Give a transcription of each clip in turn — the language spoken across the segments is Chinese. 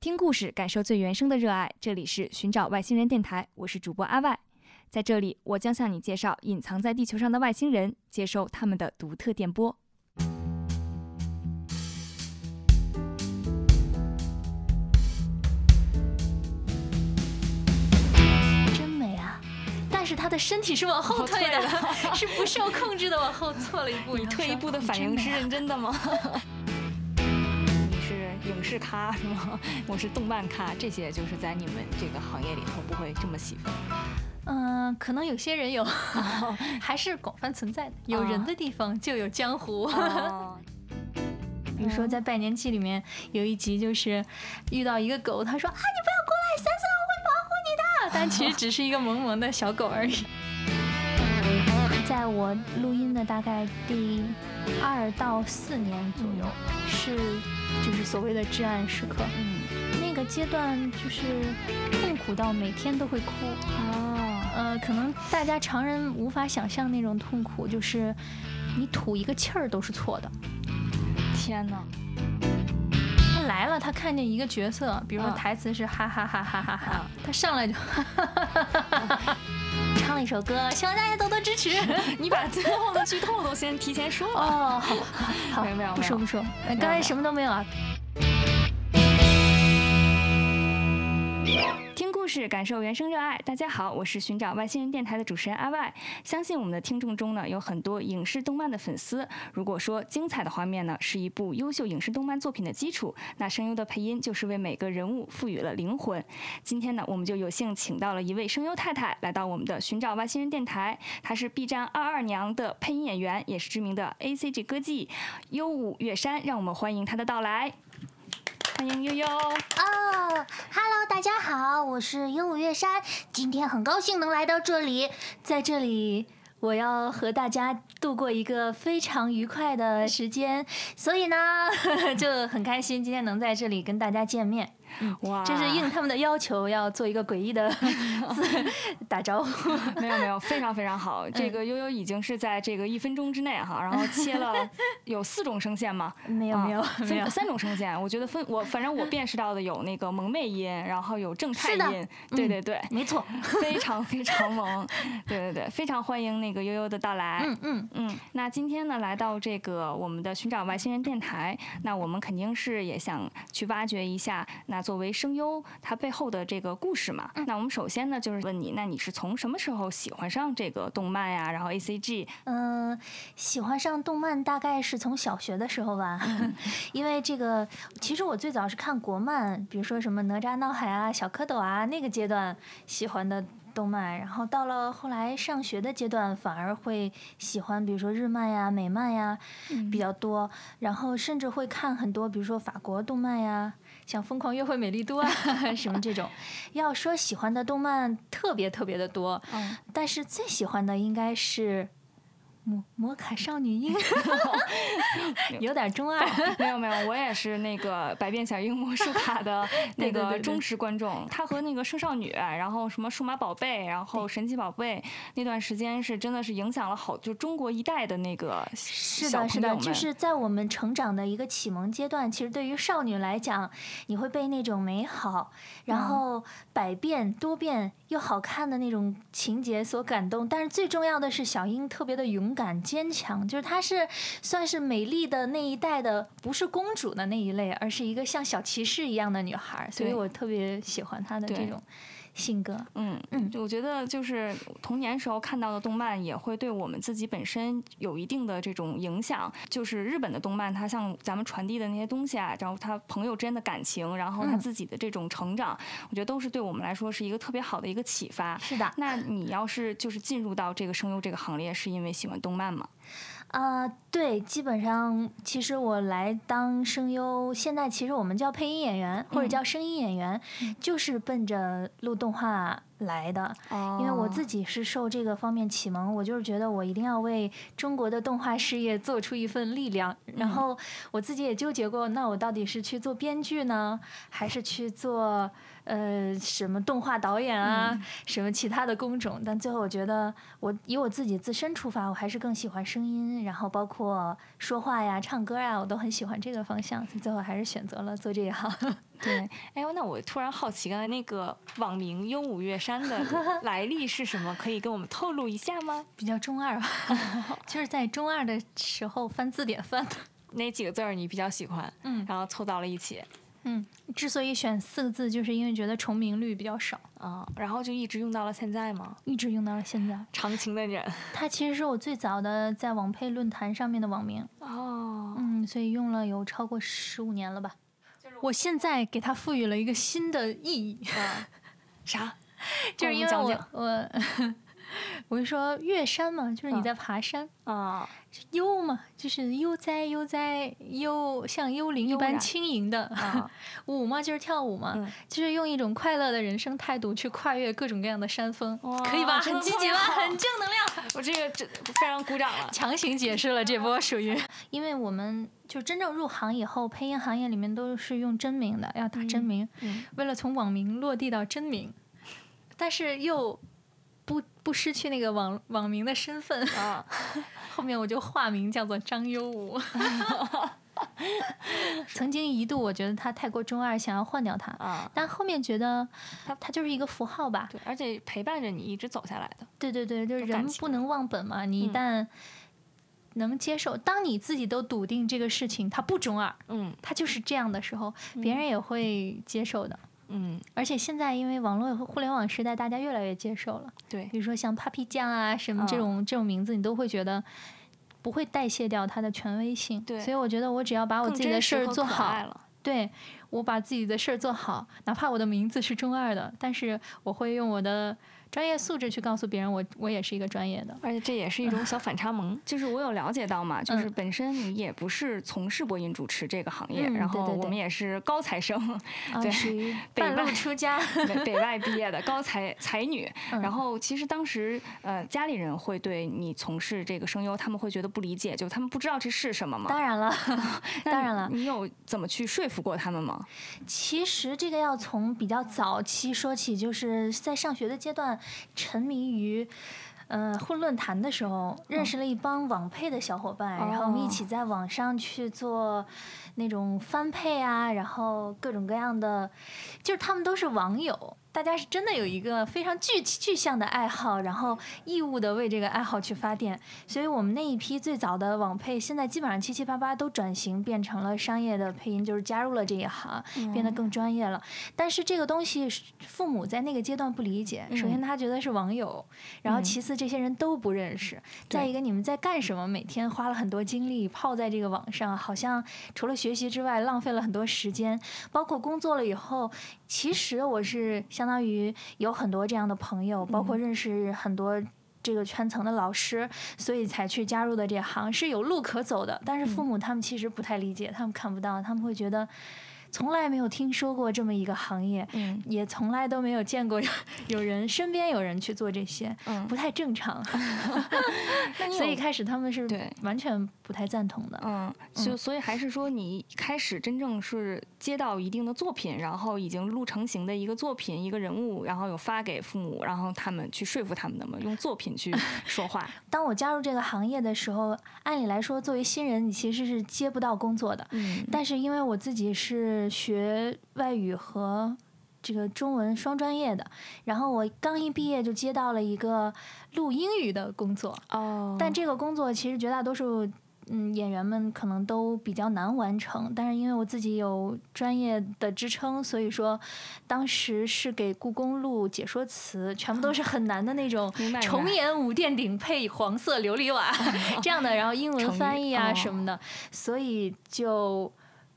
听故事，感受最原生的热爱。这里是寻找外星人电台，我是主播阿外。在这里，我将向你介绍隐藏在地球上的外星人，接收他们的独特电波。真美啊！但是他的身体是往后哦退的， 是不受控制的往后哦错了一 步。你退一步的反应是认真的吗？你是影视咖是吗？我是动漫咖，这些就是在你们这个行业里头不会这么细分。嗯、可能有些人 有，还是广泛存在的。有人的地方就有江湖。 哦， 嗯比如说在拜年季里面有一集就是遇到一个狗，他说啊你不要过来，三三我会保护你的，但其实只是一个萌萌的小狗而已。在我录音的大概第二到四年左右，是就是所谓的至暗时刻。嗯，那个阶段就是痛苦到每天都会哭。哦，呃，可能大家常人无法想象那种痛苦，就是你吐一个气儿都是错的。天哪！他来了，他看见一个角色，比如说嗯台词是哈哈哈哈哈啊哈，他上来就哈哈哈哈哈哈，唱了一首歌，希望大家多多支持。你把最后的剧透都先提前说 了。哦，好，好没有没有不说没有不说，呃刚才什么都没有啊。听故事，感受原生热爱。大家好，我是寻找外星人电台的主持人阿外。相信我们的听众中呢，有很多影视动漫的粉丝。如果说精彩的画面呢，是一部优秀影视动漫作品的基础，那声优的配音就是为每个人物赋予了灵魂。今天呢，我们就有幸请到了一位声优太太来到我们的寻找外星人电台。她是 B 站二二娘的配音演员，也是知名的 A C G 歌姬优舞月山。让我们欢迎她的到来，欢迎悠悠。哦，Hello，大家好，我是鹦鹉月山，今天很高兴能来到这里。在这里，我要和大家度过一个非常愉快的时间，所以呢， 就很开心今天能在这里跟大家见面。哇，这是应他们的要求，要做一个诡异的 自打招呼。 没有没有，非常非常好。嗯这个悠悠已经是在这个一分钟之内哈，然后 切了有四种声线嘛，没有 啊没有没有分，三种声线。我觉得分我反正我辨识到的有那个萌妹音，然后有正太是的音，对嗯对对，没错，非常非常萌，对对对，非常欢迎那个悠悠的到来。嗯嗯，嗯，那今天呢，来到这个我们的寻找外星人电台，那我们肯定是也想去挖掘一下，那作为声优他背后的这个故事嘛。嗯那我们首先呢，就是问你，那你是从什么时候喜欢上这个动漫呀、然后 A C G 嗯、喜欢上动漫大概是从小学的时候吧， 因为这个，其实我最早是看国漫，比如说什么哪吒闹海啊、小蝌蚪啊，那个阶段喜欢的动漫，然后到了后来上学的阶段，反而会喜欢，比如说日漫呀、美漫呀比较多，然后甚至会看很多，比如说法国动漫呀，像《疯狂约会美丽都》啊 什么这种。要说喜欢的动漫特别特别的多，嗯但是最喜欢的应该是魔魔卡少女樱，有点中二。 没有没有，我也是那个百变小樱魔术卡 的那对对个对对忠实观众。他和那个圣少女，然后什么数码宝贝，然后神奇宝贝那段时间是真的是影响了好就中国一代的那个是小的，是朋友的，们。就是在我们成长的一个启蒙阶段，其实对于少女来讲，你会被那种美好，嗯然后百变多变又好看的那种情节所感动。但是最重要的是，小樱特别的勇敢坚强，就是她是算是美丽的那一代的，不是公主的那一类，而是一个像小骑士一样的女孩儿。所以对我特别喜欢她的这对种性格。嗯嗯我觉得就是童年时候看到的动漫，也会对我们自己本身有一定的这种影响。就是日本的动漫，它像咱们传递的那些东西啊，然后他朋友之间的感情，然后他嗯自己的这种成长，我觉得都是对我们来说是一个特别好的一个启发。是的，那你要是就是进入到这个声优这个行列，是因为喜欢动漫吗？啊、对，基本上其实我来当声优，现在其实我们叫配音演员或者嗯叫声音演员，就是奔着录动画来的。哦因为我自己是受这个方面启蒙，我就是觉得我一定要为中国的动画事业做出一份力量。嗯然后我自己也纠结过，那我到底是去做编剧呢，还是去做呃什么动画导演啊，嗯什么其他的工种？但最后我觉得我，以我自己自身出发，我还是更喜欢声音，然后包啊括说话呀、唱歌呀，我都很喜欢这个方向，所以最后还是选择了做这一行。对，哎呦，那我突然好奇，刚才那个网名“鹦鹉月山”的 来历是什么？可以跟我们透露一下吗？比较中 二吧，就是在中二的时候翻字典翻的。哪几个字儿你比较喜欢？嗯然后凑到了一起嗯，之所以选四个字，就是因为觉得重名率比较少，啊、然后就一直用到了现在吗？一直用到了现在。长情的人它其实是我最早的在网配论坛上面的网名， 哦，嗯，所以用了有超过十五年了吧。我现在给它赋予了一个新的意义，啥？ 就是因为嗯跟我们我哦讲我 我就说越山嘛，就是嗯你在爬山，讲啊，悠嘛，就是悠哉悠哉悠，像幽灵一悠般然轻盈的啊舞嘛，就是跳舞嘛，嗯就是用一种快乐的人生态度去跨越各种各样的山峰，哇可以吧？真很的积特极别吧？好很正能量。我这个这非常鼓掌嗯了。强行解释了这波属于，因为我们就真正入行以后，配音行业里面都是用真名的，要打真名。嗯为了从网名落地到真名，但是又不不失去那个网网名的身份， 啊，后面我就化名叫做张优 武。 曾经一度我觉得他太过中二，想要换掉他，啊，但后面觉得他他就是一个符号吧。对，而且陪伴着你一直走下来的，对对对，就是有感人情不能忘本嘛，你一嗯旦能接受，当你自己都笃定这个事情它不中二。嗯他就是这样的时候，别人也会接受的。嗯，而且现在因为网络互联网时代，大家越来越接受了。对比如说像 Papi 酱啊什么这嗯种、这种名字，你都会觉得不会代谢掉它的权威性。对所以我觉得我只要把我更自己的真事实儿和做可好爱，了，对我把自己的事儿做好，哪怕我的名字是中二的，但是我会用我的专业素质去告诉别人我，我也是一个专业的。而且这也是一种小反差 萌。就是我有了解到嘛，就是嗯本身你也不是从事播音主持这个行业，嗯然对后对我对们也是高材生，啊对属于北半路外出家。北北外毕业的高才才女。 嗯然后其实当时呃家里人会对你从事这个声优，他们会觉得不理解，就他们不知道这是什么嘛。当然了，那当你然了你有怎么去说服过他们吗？其实这个要从比较早期说起，就是在上学的阶段，沉迷于。呃，混论坛的时候认识了一帮网配的小伙伴，然后我们一哦起在网上去做那种翻配啊，然后各种各样的，就是他们都是网友，大家是真的有一个非常具体具象的爱好，然后义务的为这个爱好去发电。所以我们那一批最早的网配，现在基本上七七八八都转型变成了商业的配音，就是加入了这一行，变得更专业了。但是这个东西是，父母在那个阶段不理解，首先他觉得是网友，然后其次这些人都不认识，再一个你们在干什么？每天花了很多精力泡在这个网上，好像除了学习之外浪费了很多时间，包括工作了以后，其实我是相当于有很多这样的朋友，包括认识很多。这个圈层的老师，所以才去加入的这行是有路可走的，但是父母他们其实不太理解，他们看不到，他们会觉得从来没有听说过这么一个行业，嗯也从来都没有见过有 有人身边有人去做这些，嗯不太正常， 那你所以有一开始他们是对完全不太赞同的。嗯，就所以还是说你开始真正是接到一定的作品，然后已经录成型的一个作品一个人物，然后有发给父母，然后他们去说服他们的嘛，用作 品去说话。当我加入这个行业的时候，按理来说，作为新人，你其实是接不到工作的。嗯但是因为我自己是学外语和这个中文双专业的，然后我刚一毕业就接到了一个录英语的工作，哦但这个工作其实绝大多数。嗯，演员们可能都比较难完成，但是因为我自己有专业的支撑，所以说当时是给故宫录解说词，全部都是很难的那种哦明白明重白演五殿顶配黄色琉璃瓦这样的，然后英文哦成语翻译啊哦什么的，所以就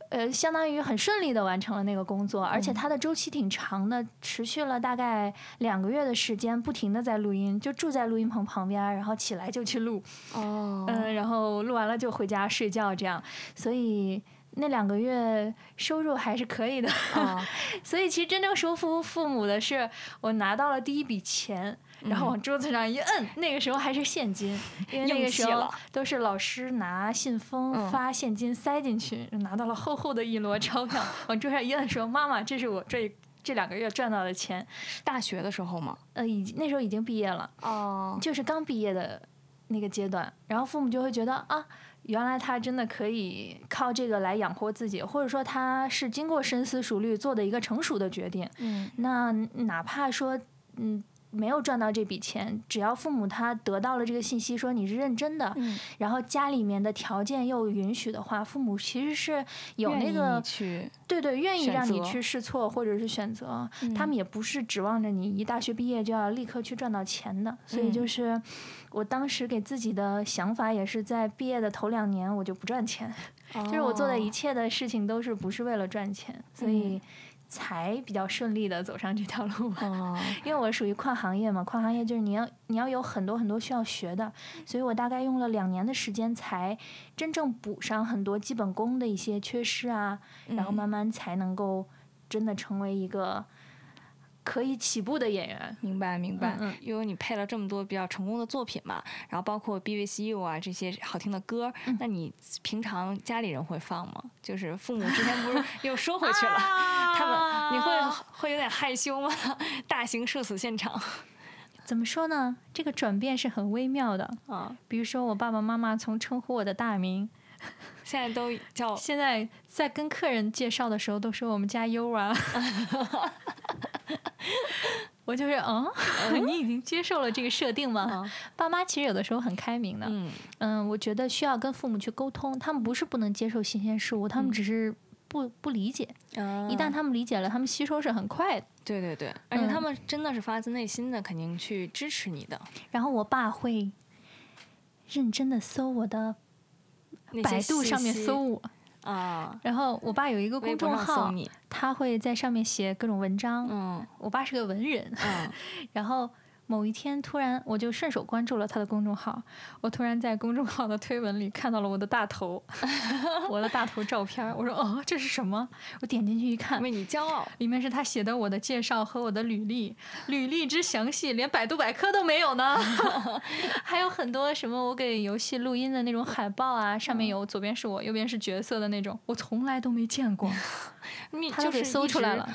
呃相当于很顺利的完成了那个工作，而嗯且它的周期挺长的，持续了大概两个月的时间，不停的在录音，就住在录音棚旁边儿，然后起来就去录，哦嗯、然后录完了就回家睡觉这样，所以。那两个月收入还是可以的， 哦所以其实真正说服父母的是，我拿到了第一笔钱，然嗯后往桌子上一摁，那个时候还是现金，因为那硬个时气候了都是老师拿信封嗯发现金塞进去，拿到了厚厚的一摞钞票，往桌上一摁，说：“妈妈，这是我这这两个月赚到的钱。大学的时候嘛。”呃，已经那时候已经毕业了，哦，就是刚毕业的那个阶段，然后父母就会觉得啊，原来他真的可以靠这个来养活自己，或者说他是经过深思熟虑做的一个成熟的决定。嗯，那哪怕说，嗯。没有赚到这笔钱，只要父母他得到了这个信息，说你是认真的，嗯然后家里面的条件又允许的话，父母其实是有愿那意个你去，对对，愿意选让你择嗯去试错或者是选择，他们也不是指望着你一大学毕业就要立刻去赚到钱的。所以嗯就是我当时给自己的想法也是在毕业的头两年我就不赚钱，就是我做哦的一切的事情都是不是为了赚钱，嗯所以才比较顺利的走上这条路吧。哦，因为我属于跨行业嘛，跨行业就是你要你要有很多很多需要学的，所以我大概用了两年的时间才真正补上很多基本功的一些缺失啊，嗯然后慢慢才能够真的成为一个可以起步的演员。明白明白嗯嗯，因为你配了这么多比较成功的作品嘛，然后包括 B V C U 啊这些好听的歌，嗯那你平常家里人会放吗？就是父母之前不是又说回去了，啊他们你会会有点害羞吗？大型社死现场，怎么说呢？这个转变是很微妙的啊。比如说，我爸爸妈妈从称呼我的大名，现在都叫现在在跟客人介绍的时候都说我们家优 啊。我就是嗯， 你已经接受了这个设定吗？爸妈其实有的时候很开明的，嗯嗯，我觉得需要跟父母去沟通，他们不是不能接受新鲜事物，他嗯们只是不不理解。啊一旦他们理解了，他们吸收是很快的。对对对，而且他嗯们真的是发自内心的，肯定去支持你的。然后我爸会认真的搜我的那些百度信上面息搜我，啊，然后我爸有一个微公博众上搜号，你，他会在上面写各种文章。嗯我爸是个文人，嗯， 然后某一天突然我就顺手关注了他的公众号，我突然在公众号的推文里看到了我的大 头，我的大头照片儿，我说哦这是什么？我点进去一看，为你骄傲。里面是他写的我的介绍和我的履历， 履历之详细，连百度百科都没有 呢。还有很多什么我给游戏录音的那种海报啊，上面有左边是我，右边是角色的那种，我从来都没见 过，你他就都给是搜一出来直了。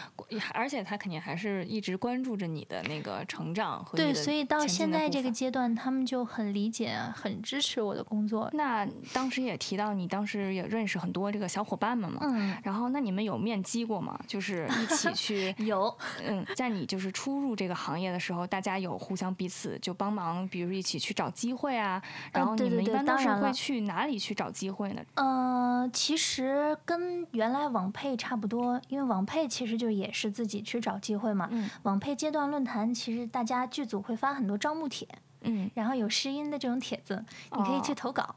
而且他肯定还是一直关注着你的那个成长和你对，的所以到前进现的在步这个伐阶段，他们就很理解、很支持我的工作。那当时也提到，你当时也认识很多这个小伙伴们嘛。嗯，，然后，那你们有面基过吗？就是一起去有，嗯，在你就是初入这个行业的时候，大家有互相彼此就帮忙，比如一起去找机会啊。然嗯后对你对们一对般都当是然会了去哪里去找机会呢？呃，其实跟原来网配差不多，因为网配其实就也是自己去找机会嘛。嗯网配阶段论坛其实大家剧组会发很多招募帖，嗯，然后有试音的这种帖子，你可以去哦投稿。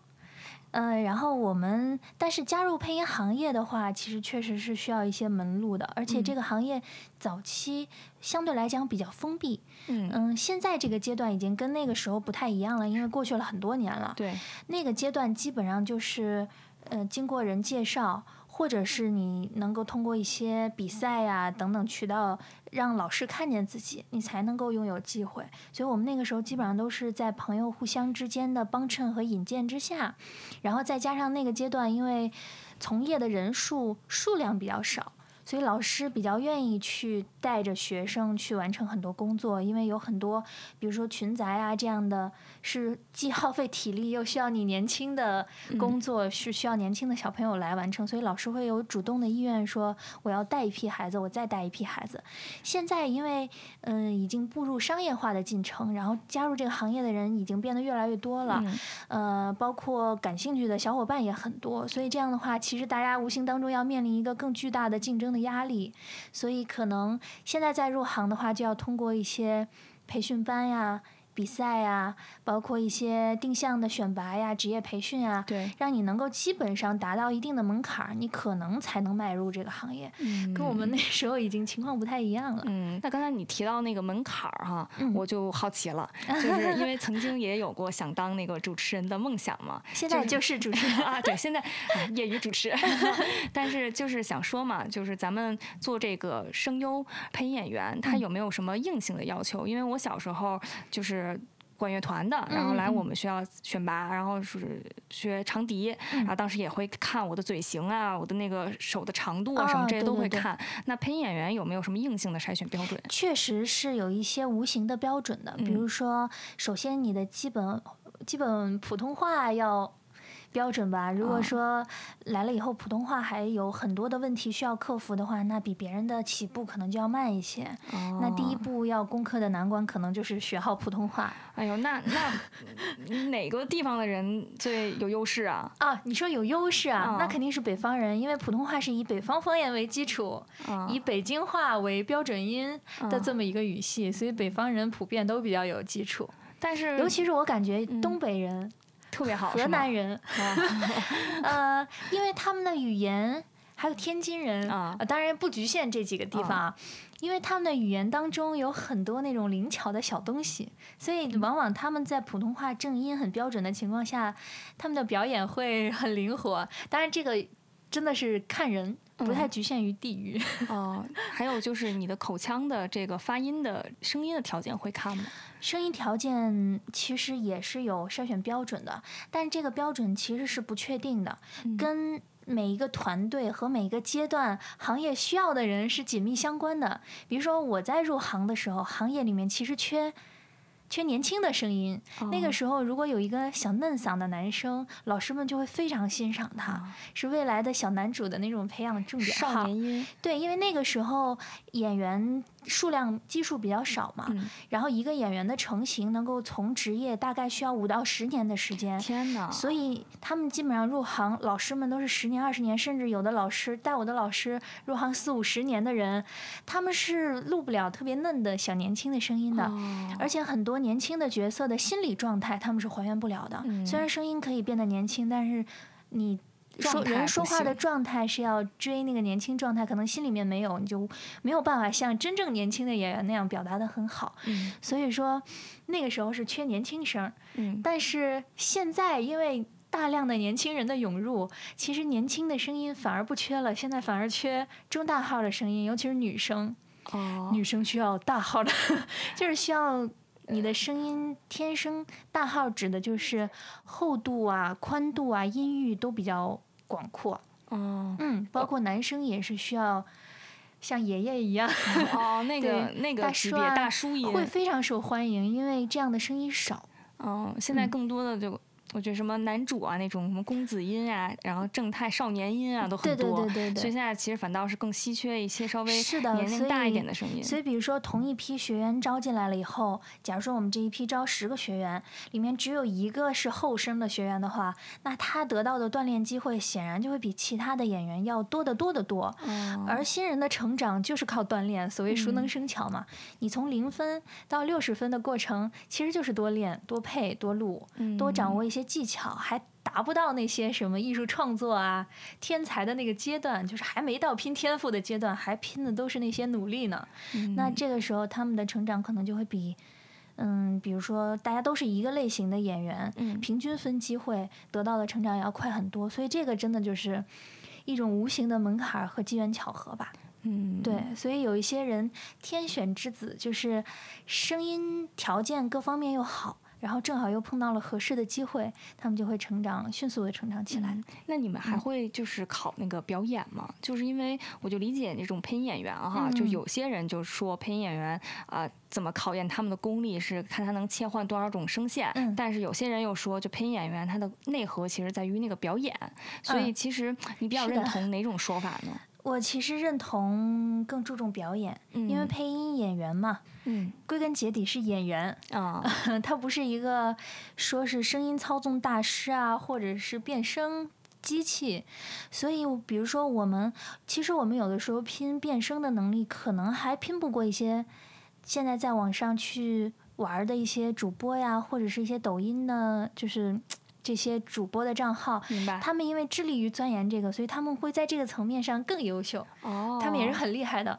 呃，然后我们，但是加入配音行业的话，其实确实是需要一些门路的，而且嗯这个行业早期相对来讲比较封闭，嗯嗯，现在这个阶段已经跟那个时候不太一样了，因为过去了很多年了。对，那个阶段基本上就是，呃，经过人介绍，或者是你能够通过一些比赛呀、等等渠道，让老师看见自己，你才能够拥有机会。所以我们那个时候基本上都是在朋友互相之间的帮衬和引荐之下，然后再加上那个阶段，因为从业的人数数量比较少。所以老师比较愿意去带着学生去完成很多工作，因为有很多，比如说群宅啊这样的，是既耗费体力又需要你年轻的工作，是需要年轻的小朋友来完成，所以老师会有主动的意愿说我要带一批孩子，我再带一批孩子。现在因为嗯、已经步入商业化的进程，然后加入这个行业的人已经变得越来越多了，呃，包括感兴趣的小伙伴也很多，所以这样的话，其实大家无形当中要面临一个更巨大的竞争的压力，所以可能现在再入行的话，就要通过一些培训班呀。比赛呀，包括一些定向的选拔呀、职业培训啊，对，让你能够基本上达到一定的门槛儿，你可能才能迈入这个行业，嗯跟我们那时候已经情况不太一样了。嗯，那刚才你提到那个门槛儿哈，我就好奇了，就是因为曾经也有过想当那个主持人的梦想嘛，现在就是主持人， 啊，对，现在哎业余主持， 但是就是想说嘛，就是咱们做这个声优配音演员，嗯他有没有什么硬性的要求？因为我小时候就是。管乐团的，嗯然后来我们学校选拔，然后是学长笛，嗯然后当时也会看我的嘴型啊，我的那个手的长度啊，什么啊这些对都对会对看。那配音演员有没有什么硬性的筛选标准？确实是有一些无形的标嗯准的，比如说，首先你的基本基本普通话要标准吧。如哦果说来了以后普通话还有很多的问题需要克服的话，那比别人的起步可能就要慢一些。哦那第一步要攻克的难关，可能就是学好普通话哎呦，那那 哪个地方的人最有优势啊？啊。你说有优势啊，嗯那肯定是北方人，因为普通话是以北方方言为基础，嗯啊以北京话为标准音嗯的这么一个语系，所以北方人普遍都比较有基础。但是尤其是我感觉嗯东北人、特别好，河是吗 啊南人， 呃，因为他们的语言，还有天津人啊呃当然不局限这几个地方啊，因为他们的语言当中有很多那种灵巧的小东西，所以往往他们在普通话正音很标准的情况下，他们的表演会很灵活。当然，这个真的是看人，不太局限于地域。哦，嗯还有就是你的口腔的这个发音的声音的条件会看吗？声音条件其实也是有筛选标准的，但这个标准其实是不确定的，跟每一个团队和每一个阶段行业需要的人是紧密相关的。比如说我在入行的时候，行业里面其实缺。缺年轻的声音，那个时候如果有一个小嫩嗓的男生，老师们就会非常欣赏他，是未来的小男主的那种培养重点哈。少年音，对，因为那个时候演员数量基数比较少嘛，嗯然后一个演员的成型能够从职业大概需要五到十年的时间。天哪！所以他们基本上入行，老师们都是十年、二十年，甚至有的老师带我的老师入行四五十年的人，他们是录不了特别嫩的小年轻的声音的，哦而且很多年轻的角色的心理状态他们是还原不了的。嗯虽然声音可以变得年轻，但是你说状态人不说话的行状态是要追那个年轻状态，可能心里面没有，你就没有办法像真正年轻的演员那样表达的很好。嗯所以说，那个时候是缺年轻声儿，嗯但是现在因为。大量的年轻人的涌入，其实年轻的声音反而不缺了，现在反而缺中大号的声音，尤其是女生。哦，女生需要大号的， 就是需要你的声音天生大号指的就是厚度啊、宽度啊、音域都比较广阔。哦嗯，包括男生也是需要像爷爷一样，哦，那个那个大级叔别啊大叔音，会非常受欢迎，因为这样的声音少。哦，现在嗯更多的就。我觉得什么男主啊，那种什么公子音啊，然后正太少年音啊，都对很对多。对对所以对。现在其实反倒是更稀缺一些，稍微是的年龄所大一以点的声音。所以，比如说，同一批学员招进来了以后，假如说我们这一批招十个学员，里面只有一个是后生的学员的话，那他得到的锻炼机会显然就会比其他的演员要多得多得多。哦而新人的成长就是靠锻炼，所谓熟能生巧嘛。你从零分到六十分的过程，其实就是多练、多配、多录、多嗯掌握一些技巧，还达不到那些什么艺术创作啊、天才的那个阶段，就是还没到拼天赋的阶段，还拼的都是那些努力呢。嗯那这个时候他们的成长可能就会比。嗯，比如说大家都是一个类型的演员，嗯平均分机会得到的成长也要快很多，所以这个真的就是一种无形的门槛儿和机缘巧合吧。嗯，对，所以有一些人天选之子，就是声音条件各方面又好，然后正好又碰到了合适的机会，他们就会成长，迅速的成长起来。嗯那你们还会就是考那个表演吗？就是因为我就理解那种配音演员啊哈，就嗯有些人就说配音演员啊、怎么考验他们的功力是看他能切换多少种声线，嗯但是有些人又说，就配音演员他的内核其实在于那个表演，所以嗯其实你比较是认的同哪种说法呢？我其实认同更注重表演，因为嗯配音演员嘛，嗯归根结底是演员，啊他嗯不是一个说是声音操纵大师啊，或者是变声机器。所以，比如说我们，其实我们有的时候拼变声的能力，可能还拼不过一些现在在网上去玩儿的一些主播呀，或者是一些抖音的，就是这些主播的账号。明白他们因为致力于钻研这个，所以他们会在这个层面上更优秀。哦，他们也是很厉害的。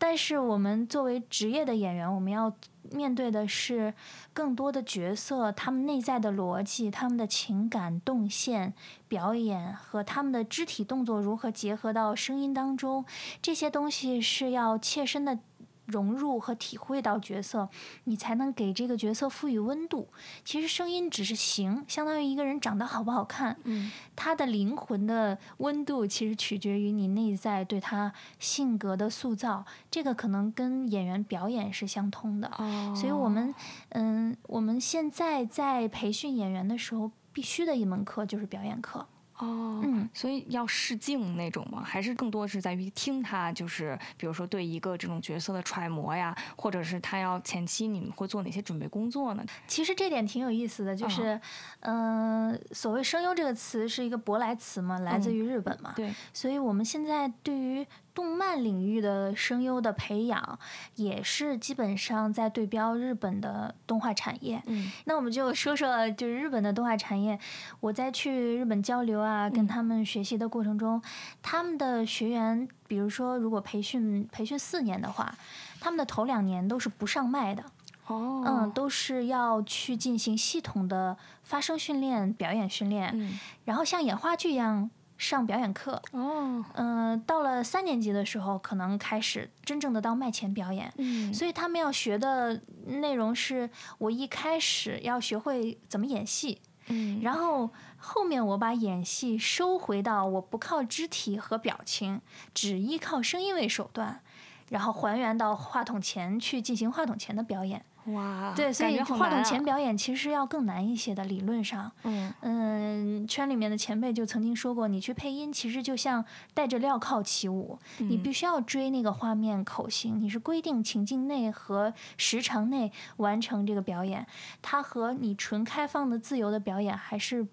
但是我们作为职业的演员，我们要面对的是更多的角色，他们内在的逻辑、他们的情感动线、表演和他们的肢体动作如何结合到声音当中，这些东西是要切身的融入和体会到角色，你才能给这个角色赋予温度。其实声音只是形，相当于一个人长得好不好看，嗯他的灵魂的温度其实取决于你内在对他性格的塑造，这个可能跟演员表演是相通的。哦，嗯所以，我们，嗯，我们现在在培训演员的时候，必须的一门课就是表演课。哦，嗯所以要试镜那种吗？还是更多是在于听他，就是比如说对一个这种角色的揣摩呀，或者是他要前期你们会做哪些准备工作呢？其实这点挺有意思的，就是，嗯、所谓“声优”这个词是一个舶来词嘛，来自于日本嘛，对，所以我们现在对于动漫领域的声优的培养，也是基本上在对标日本的动画产业。嗯那我们就说说，就是日本的动画产业。我在去日本交流啊，跟他们学习的过程中，他们的学员，比如说如果培训培训四年的话，他们的头两年都是不上麦的，哦，嗯，都是要去进行系统的发声训练、表演训练，嗯然后像演话剧一样上表演课。哦，嗯、到了三年级的时候，可能开始真正的到麦前表演。嗯所以他们要学的内容是我一开始要学会怎么演戏，嗯然后后面我把演戏收回到我不靠肢体和表情，只依靠声音为手段，然后还原到话筒前去进行话筒前的表演。哇，对，所感以觉好话筒难啊前，表演其实要更难一些的，理论上。嗯嗯，圈里面的前辈就曾经说过，你去配音其实就像戴着镣铐起舞，你嗯必须要追那个画面口型，你是规定情境内和时长内完成这个表演，它和你纯开放的、自由的表演还是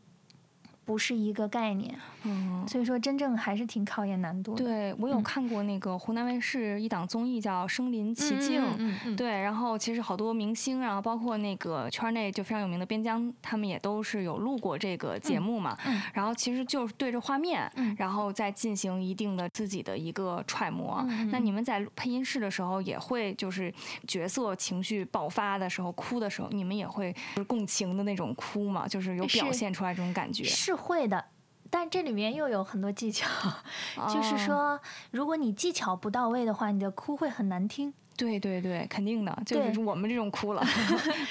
不是一个概念，嗯。所以说真正还是挺考验难度的。对，我有看过那个湖南卫视一档综艺叫《身临其境》，嗯嗯对，然后其实好多明星，然后包括那个圈内就非常有名的边疆，他们也都是有录过这个节目嘛。然后其实就是对着画面，然后再进行一定的自己的一个揣摩。嗯那你们在配音室的时候，也会就是角色情绪爆发的时候，哭的时候，你们也会就是共情的那种哭嘛，就是有表是现出来这种感觉。是会的，但这里面又有很多技巧， 就是哦，说，如果你技巧不到位的话，你的哭会很难听。对对对，肯定的，就是对我们这种 哭了，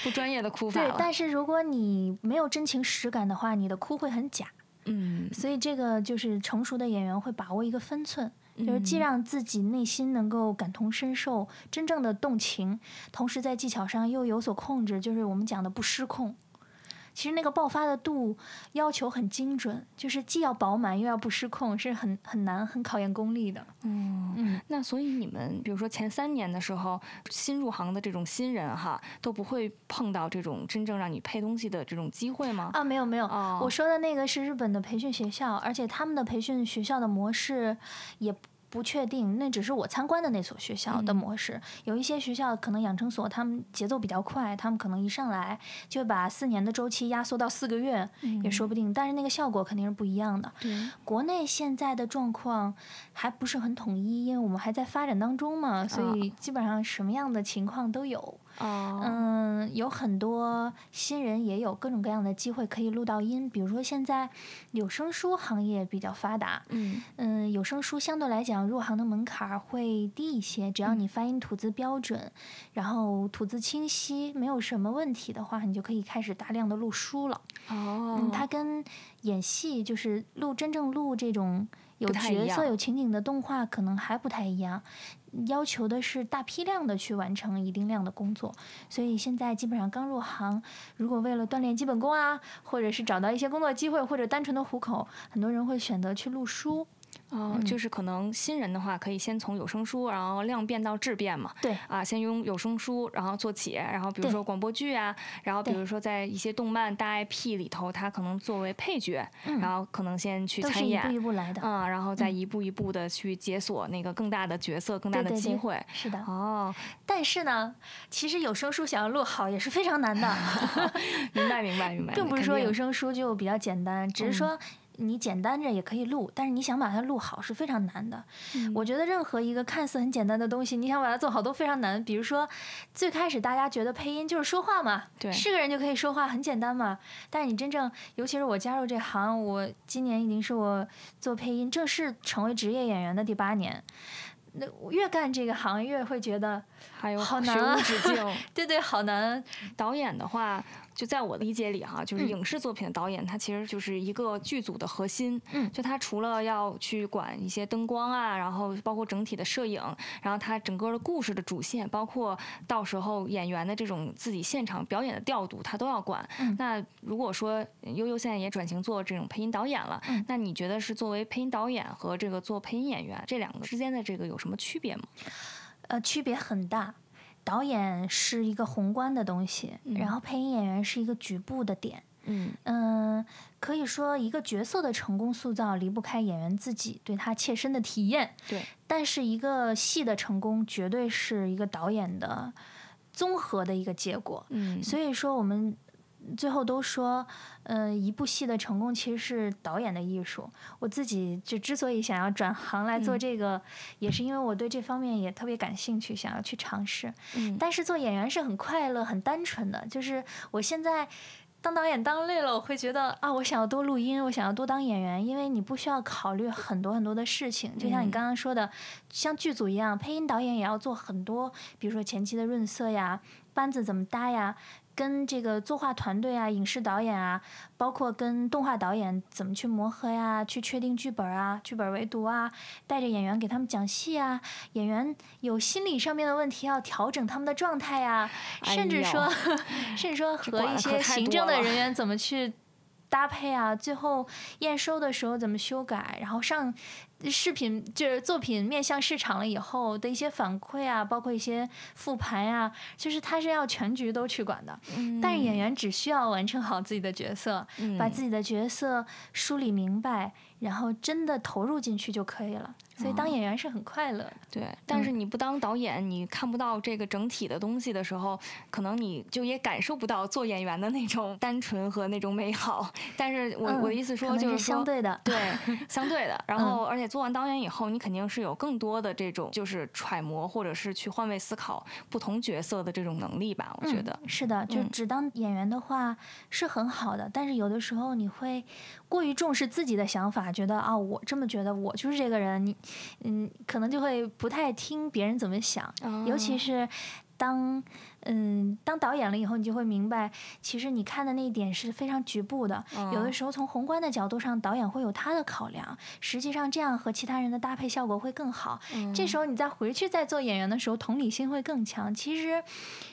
不专业的哭法对，了。但是如果你没有真情实感的话，你的哭会很假。嗯，所以这个就是成熟的演员会把握一个分寸，就是嗯既让自己内心能够感同身受，真正的动情，同时在技巧上又有所控制，就是我们讲的不失控。其实那个爆发的度要求很精准，就是既要饱满又要不失控，是很很难、很考验功力的。嗯那所以你们，比如说前三年的时候，新入行的这种新人哈，都不会碰到这种真正让你配东西的这种机会吗？啊，没有没有，哦我说的那个是日本的培训学校，而且他们的培训学校的模式也不不确定，那只是我参观的那所学校的模式。有一些学校可能养成所他们节奏比较快，他们可能一上来就把四年的周期压缩到四个月，也说不定。但是那个效果肯定是不一样的。国内现在的状况还不是很统一，因为我们还在发展当中嘛，所以基本上什么样的情况都有。哦，嗯，有很多新人也有各种各样的机会可以录到音，比如说现在有声书行业比较发达，嗯嗯，有声书相对来讲入行的门槛儿会低一些，只嗯要你发音吐字标准，然后吐字清晰，没有什么问题的话，你就可以开始大量的录书了。哦嗯，，它跟演戏就是录真正录这种有不太一角色样有情景的动画，可能还不太一样。要求的是大批量的去完成一定量的工作，所以现在基本上刚入行，如果为了锻炼基本功啊，或者是找到一些工作机会，或者单纯的糊口，很多人会选择去录书。哦，嗯就是可能新人的话，可以先从有声书，然后量变到质变嘛。对啊，先用有声书，然后做起，然后比如对说广播剧啊，然后比对如说在一些动漫大 IP 里头，它可能作为配角，然后可能先去嗯都是参一演步，一步来的。嗯，然后再一步一步的去解锁那个更大的角色、更大对的对机对会。是的，哦，但是呢，其实有声书想要录好也是非常 难的。明白明白明白，并不是肯说定嗯有声书就比较简单，只是说你简单着也可以录，但是你想把它录好是非常难的。嗯我觉得任何一个看似很简单的东西，你想把它做好都非常难。比如说，最开始大家觉得配音就是说话嘛，对是个人就可以说话，很简单嘛。但是你真正，尤其是我加入这行，我今年已经是我做配音正式成为职业演员的第八年。那我越干这个行，越会觉得，还有好学难啊无止境。对对，好难。导演的话，就在我理解里哈、嗯就是影视作品的导演，他其实就是一个剧组的核心。嗯就他除了要去管一些灯光啊，然后包括整体的摄影，然后他整个的故事的主线，包括到时候演员的这种自己现场表演的调度，他都要管。嗯那如果说悠悠现在也转型做这种配音导演了，嗯那你觉得是作为配音导演和这个做配音演员这两个之间的这个有什么区别吗？呃，区别很大。导演是一个宏观的东西，然后配音演员是一个局部的点。嗯嗯，可以说一个角色的成功塑造离不开演员自己对他切身的体验。对，但是一个戏的成功绝对是一个导演的综合的一个结果。嗯所以说我们最后都说，嗯、一部戏的成功其实是导演的艺术。我自己就之所以想要转行来做嗯这个，也是因为我对这方面也特别感兴趣，想要去尝试。嗯但是做演员是很快乐、很单纯的，就是我现在。当导演当累了，我会觉得啊，我想要多录音，我想要多当演员，因为你不需要考虑很多很多的事情，就像你嗯刚刚说的，像剧组一样，配音导演也要做很多，比如说前期的润色呀，班子怎么搭呀，跟这个作画团队啊、影视导演啊，包括跟动画导演怎么去磨合呀，去确定剧本啊、剧本围读啊，带着演员给他们讲戏啊，演员有心理上面的问题要调整他们的状态呀，哎甚至呦说， 甚至说和管一得些可太行多政的了人 员怎么去搭配啊，最后验收的时候怎么修改，然后上视频就是作品面向市场了以后的一些反馈啊，包括一些复盘呀、就是他是要全局都去管的。嗯但是演员只需要完成好自己的角色，把自己的角色梳理明白，然后真的投入进去就可以了。所以哦当演员是很快乐的。对，但是你不当导演，你看不到这个整体的东西的时候，可能你就也感受不到做演员的那种单纯和那种美好。但是我、我的意思嗯可说，能就是是相说。对的。对，相对的，嗯然后而且做完导演以后，你肯定是有更多的这种就是揣摩或者是去换位思考不同角色的这种能力吧，我觉得。是的，就嗯只当演员的话是很好的，但是有的时候你会过于重视自己的想法，觉得啊、我这么觉得，我就是这个人，你嗯，可能就会不太听别人怎么想，尤哦其是。当，嗯，当导演了以后，你就会明白，其实你看的那一点是非常局部的。哦嗯有的时候从宏观的角度上，导演会有他的考量，实际上这样和其他人的搭配效果会更好。这时候你再回去再做演员的时候，同理心会更强。其实，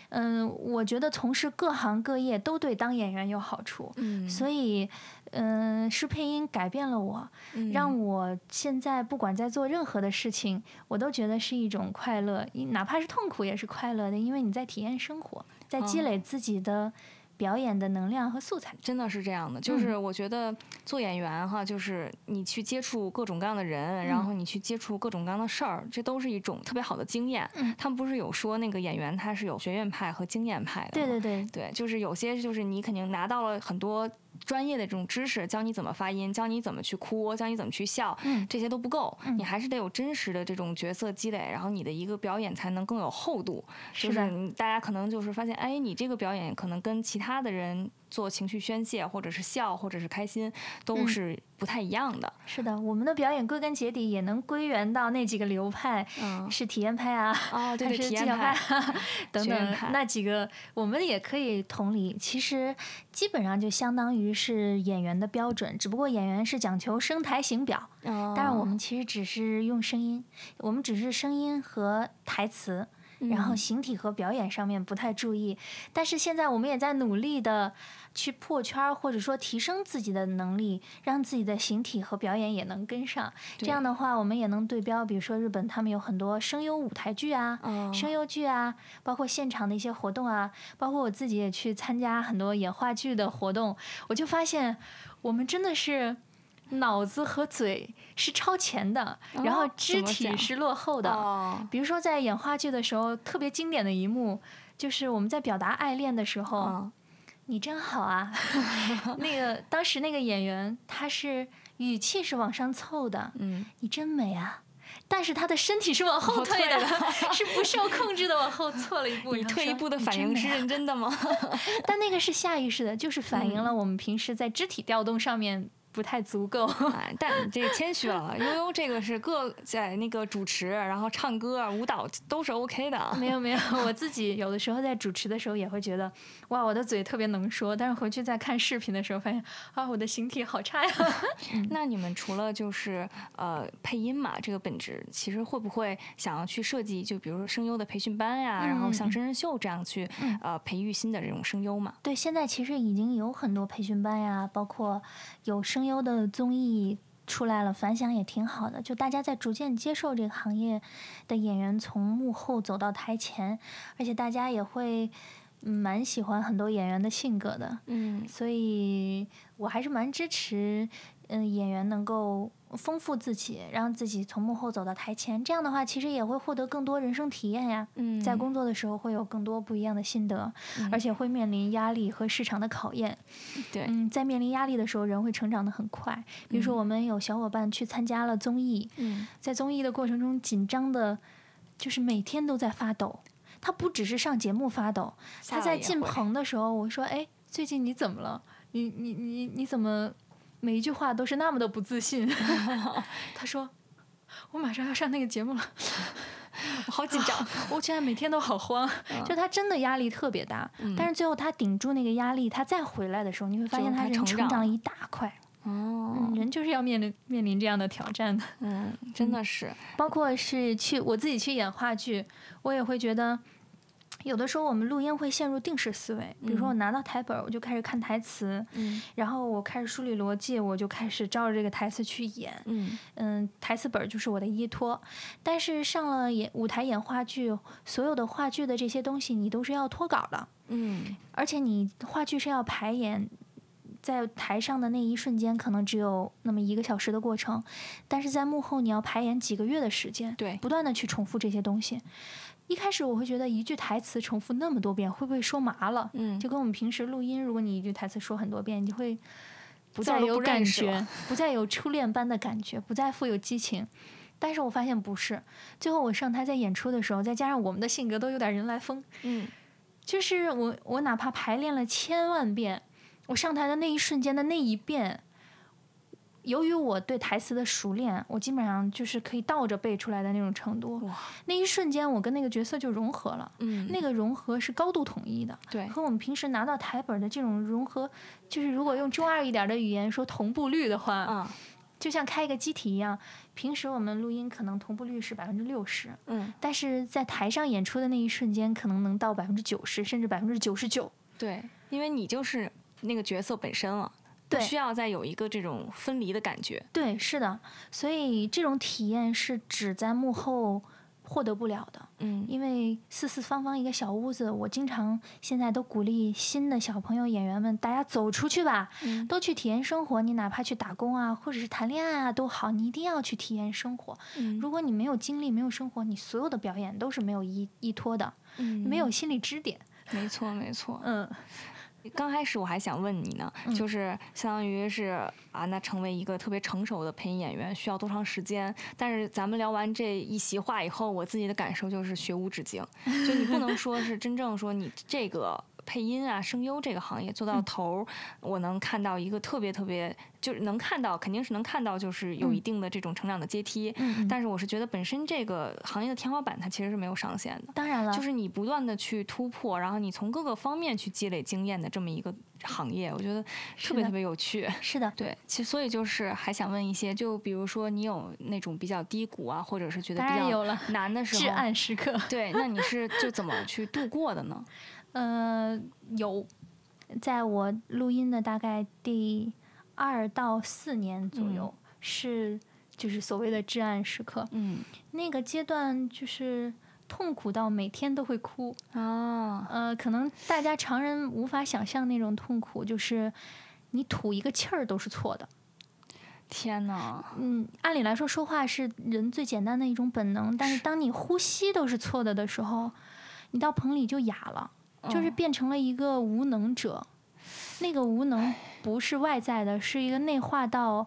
嗯，我觉得从事各行各业都对当演员有好处，嗯所以，嗯，是配音改变了我，嗯让我现在不管在做任何的事情，我都觉得是一种快乐，一哪怕是痛苦也是快乐的，因为你在体验生活，在积哦累自己的表演的能量和素材。真的是这样的，嗯就是我觉得做演员哈，就是你去接触各种各样的人，嗯然后你去接触各种各样的事儿，这都是一种特别好的经验。嗯他们不是有说那个演员他是有学院派和经验派的对吗对对，对，就是有些就是你肯定拿到了很多专业的这种知识，教你怎么发音，教你怎么去哭，教你怎么去笑，嗯这些都不够，你还是得有真实的这种角色积累，然后你的一个表演才能更有厚度。就是的是你大家可能就是发现，哎，你这个表演可能跟其他的人做情绪宣泄，或者是笑，或者是开心，都嗯是不太一样的。是的，我们的表演归根结底也能归源到那几个流派，嗯，是体验派啊，哦，对还对，是体技验巧派 派，等学院等派那几个，我们也可以同理。其实基本上就相当于是演员的标准，只不过演员是讲求声台形表，当当然我们其实只是用声音，我们只是声音和台词。然嗯后形体和表演上面不太注意，但是现在我们也在努力的去破圈儿，或者说提升自己的能力，让自己的形体和表演也能跟上。这样的话，我们也能对标，比如说日本他们有很多声优舞台剧啊，哦声优剧啊，包括现场的一些活动啊，包括我自己也去参加很多演话剧的活动，我就发现我们真的是脑子和嘴是超前的，然后哦肢怎么体讲是落后的。哦，比如说在演话剧的时候，特别经典的一幕就是我们在表达爱恋的时候，嗯你真好 啊！那个当时那个演员他是语气是往上凑的，嗯，你真美啊。但是他的身体是往后退的， 是不受控制的往后错了一步。你然后退一说步的你反真应美是啊 认真的吗？嗯但那个是下意识的，就是反映了我们平时在肢体调动上面不太足够。哎，但你这谦虚了，悠悠这个是各在那个主持，然后唱歌、啊舞蹈都是 OK 的。啊没有没有，我自己有的时候在主持的时候也会觉得，哇，我的嘴特别能说，但是回去再看视频的时候发现，啊，我的形体好差呀。嗯那你们除了就是呃配音嘛这个本职，其实会不会想要去设计，就比如说声优的培训班呀，然后嗯像真人秀这样去、呃培育新的这种声优嘛？对，现在其实已经有很多培训班呀，包括有声优的综艺出来了，反响也挺好的。就大家在逐渐接受这个行业的演员从幕后走到台前，而且大家也会嗯蛮喜欢很多演员的性格的，嗯，所以我还是蛮支持嗯、呃演员能够丰富自己，让自己从幕后走到台前。这样的话，其实也会获得更多人生体验呀。嗯在工作的时候会有更多不一样的心得，而且会面临压力和市场的考验。对嗯，在面临压力的时候，人会成长的很快。比如说，我们有小伙伴去参加了综艺，嗯在综艺的过程中，紧张的，就是每天都在发抖。他不只是上节目发抖，下他在来也进会棚的时候，我说：“哎，最近你怎么了？你你你你怎么每一句话都是那么的不自信？” 他说：“我马上要上那个节目了，好紧 张，我现在每天都好慌。”嗯就他真的压力特别大，但是最后他顶住那个压力，他再回来的时候，你会发就现他人成成长长了了一大块。哦嗯，，人就是要面临面临这样的挑战的。嗯，真的是，包括是去我自己去演话剧，我也会觉得，有的时候我们录音会陷入定式思维。比如说我拿到台本儿，我就开始看台词，嗯然后我开始梳理逻辑，我就开始照着这个台词去演。嗯嗯，台词本儿就是我的依托。但是上了演舞台演话剧，所有的话剧的这些东西你都是要脱稿的，嗯，而且你话剧是要排演，在台上的那一瞬间可能只有那么一个小时的过程，但是在幕后你要排演几个月的时间，对不断的去重复这些东西。一开始我会觉得一句台词重复那么多遍，会不会说麻了？嗯就跟我们平时录音，如果你一句台词说很多遍，你就会不再字儿都有不认感识了觉，不再有初恋般的感觉，不再富有激情。但是我发现不是，最后我上台在演出的时候，再加上我们的性格都有点人来疯，嗯，就是我我哪怕排练了千万遍，我上台的那一瞬间的那一遍，由于我对台词的熟练，我基本上就是可以倒着背出来的那种程度哇。那一瞬间，我跟那个角色就融合了，嗯那个融合是高度统一的，对，和我们平时拿到台本的这种融合，就是如果用中二一点的语言说同步率的话，啊，就像开一个机体一样，平时我们录音可能同步率是百分之六十，嗯，但是在台上演出的那一瞬间，可能能到百分之九十，甚至百分之九十九。对，因为你就是那个角色本身了。不对需要再有一个这种分离的感觉。对，是的，所以这种体验是只在幕后获得不了的，嗯因为四四方方一个小屋子，我经常现在都鼓励新的小朋友演员们，大家走出去吧，嗯都去体验生活。你哪怕去打工啊，或者是谈恋爱啊都好，你一定要去体验生活。嗯如果你没有经历，没有生活，你所有的表演都是没有依依托的，嗯没有心理支点。没错，没错。嗯，刚开始我还想问你呢，就是相当于是啊，那成为一个特别成熟的配音演员需要多长时间？但是咱们聊完这一席话以后，我自己的感受就是学无止境，就你不能说是真正说你这个。配音啊，声优这个行业做到头儿，我能看到一个特别特别，就是能看到，肯定是能看到，就是有一定的这种成长的阶梯。嗯嗯但是我是觉得本身这个行业的天花板它其实是没有上限的。当然了，就是你不断的去突破，然后你从各个方面去积累经验的这么一个行业，我觉得特别的特别有趣。是的，对，其实所以就是还想问一些，就比如说你有那种比较低谷啊，或者是觉得当比然有较了。难的时至候，暗时刻，对，那你是就怎么去度过 的呢？呃，有，在我录音的大概第二到四年左嗯右，是就是所谓的至暗时刻。嗯那个阶段就是痛苦到每天都会哭，啊，呃，可能大家常人无法想象那种痛苦，就是你吐一个气儿都是错的。天哪，嗯，按理来说，说话是人最简单的一种本能，但是当你呼吸都是错的的时候，你到棚里就哑了，就是嗯变成了一个无能者。那个无能不是外在的，是一个内化到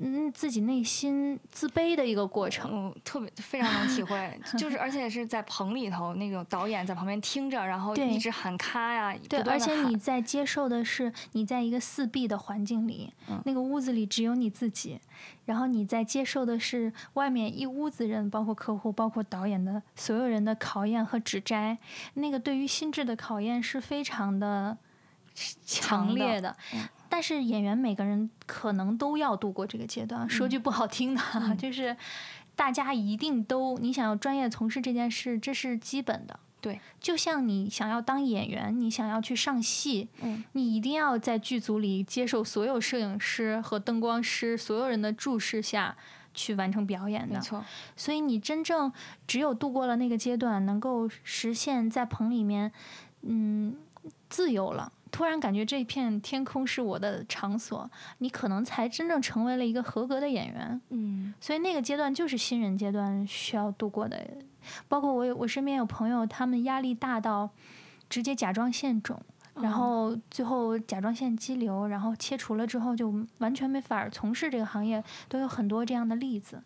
嗯自己内心自卑的一个过程。嗯，特别非 常能体会，就是而且是在棚里头那种导演在旁边听着，然后对一直喊咔呀，对，不断地而且你喊在接受的是你在一个四壁的环境里，嗯那个屋子里只有你自己，然后你在接受的是外面一屋子人，包括客户、包括导演的所有人的考验和指摘，那个对于心智的考验是非常的强强烈的的。但是演员每个人可能都要度过这个阶段。说句不好听的啊，就是大家一定都，你想要专业从事这件事，这是基本的。对，就像你想要当演员，你想要去上戏，嗯你一定要在剧组里接受所有摄影师和灯光师所有人的注视下去完成表演没的。错，所以你真正只有度过了那个阶段，能够实现在棚里面，嗯，自由了。突然感觉这片天空是我的场所，你可能才真正成为了一个合格的演员。嗯所以那个阶段就是新人阶段需要度过的。包括我有我身边有朋友，他们压力大到直接甲状腺肿，然后最后甲状腺肌瘤，然后切除了之后就完全没法儿从事这个行业，都有很多这样的例子。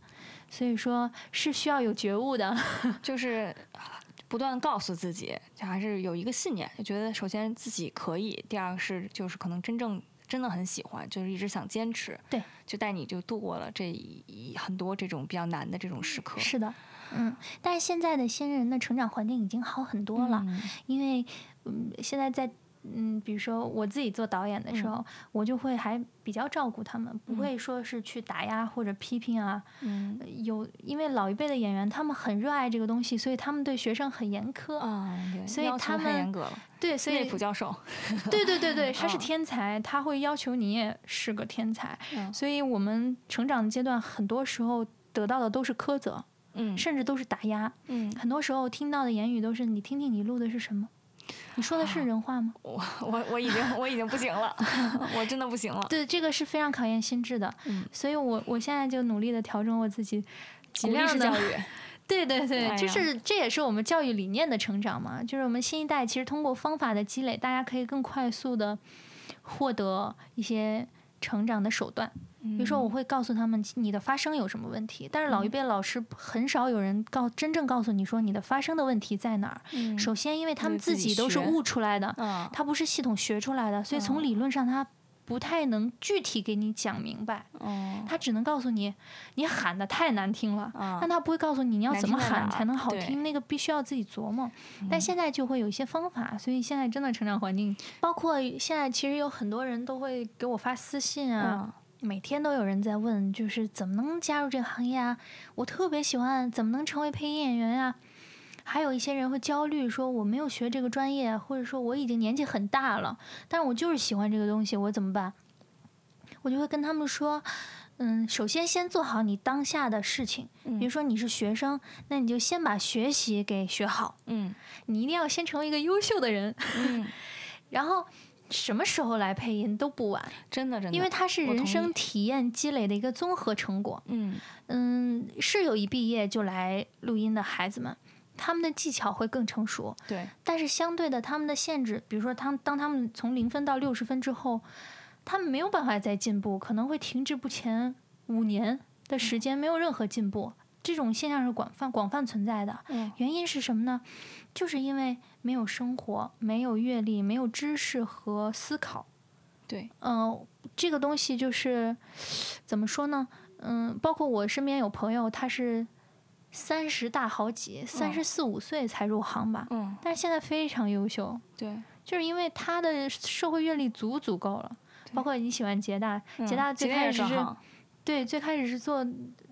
所以说是需要有觉悟的， 就是不断告诉自己，就还是有一个信念，就觉得首先自己可以，第二个是就是可能真正真的很喜欢，就是一直想坚持，对，就带你就度过了这一一很多这种比较难的这种时刻，是的，嗯，但是现在的新人的成长环境已经好很多了，嗯因为嗯，现在在嗯，比如说我自己做导演的时嗯候，我就会还比较照顾他们，不会说是去打压或者批评啊。嗯呃有因为老一辈的演员，他们很热爱这个东西，所以他们对学生很严苛。啊，对，所以要求他太们严格了，对，所内以普教授，对对对 对，他是嗯天才，他会要求你也是个天才，嗯所以我们成长阶段很多时候得到的都是苛责，嗯 甚至都是打压，嗯，很多时候听到的言语都是你听听你录的是什么，你说的啊是人话吗？我我我已经我已经不行 了，我真的不行 了，对，这个是非常考验心智的，嗯所以我我现在就努力的调整我自己，鼓尽励量式的教育，对对对，哎就呀是这也是我们教育理念的成长嘛，就是我们新一代其实通过方法的积累，大家可以更快速的获得一些成长的手段。比如嗯说，我会告诉他们你的发声有什么问题，但是老一辈老师很少有人告真正告诉你说你的发声的问题在哪儿。嗯首先，因为他们就是自自己己都是学悟出来的，嗯他不是系统学出来的，所以从嗯理论上他不太能具体给你讲明白。哦他只能告诉你，你喊的太难听了，啊但他不会告诉你你要难怎么听在哪喊儿才能好对嗯听，那个必须要自己琢磨。但现在就会有一些方法，所以现在真的成长环境，包括现在其实有很多人都会给我发私信嗯啊，每天都有人在问，就是怎么能加入这个行业啊？我特别喜欢，怎么能成为配音演员呀、还有一些人会焦虑，说我没有学这个专业，或者说我已经年纪很大了，但是我就是喜欢这个东西，我怎么办？我就会跟他们说，嗯，首先先做好你当下的事情，比如说你是学生，那你就先把学习给学好，嗯你一定要先成为一个优秀的人， 嗯， 然后什么时候来配音都不晚，真的真的，因为它是我人同生意体验积累的一个综合成果。嗯嗯，是有一毕业就来录音的孩子们，他们的技巧会更成熟，对但是相对的，他们的限制，比如说他们当他们从零分到六十分之后，他们没有办法再进步，可能会停滞不前五年的嗯时间，没有任何进步。这种现象是广泛广泛存在的，嗯原因是什么呢？就是因为没有生活、没有阅历、没有知识和思考。对，嗯、这个东西就是怎么说呢？嗯，包括我身边有朋友，他是三十大好几，三十四五岁才入行吧，嗯但是现在非常优秀，对，就是因为他的社会阅历足足够了。包括你喜欢捷大，捷嗯大最开始转是、行，对最开始是做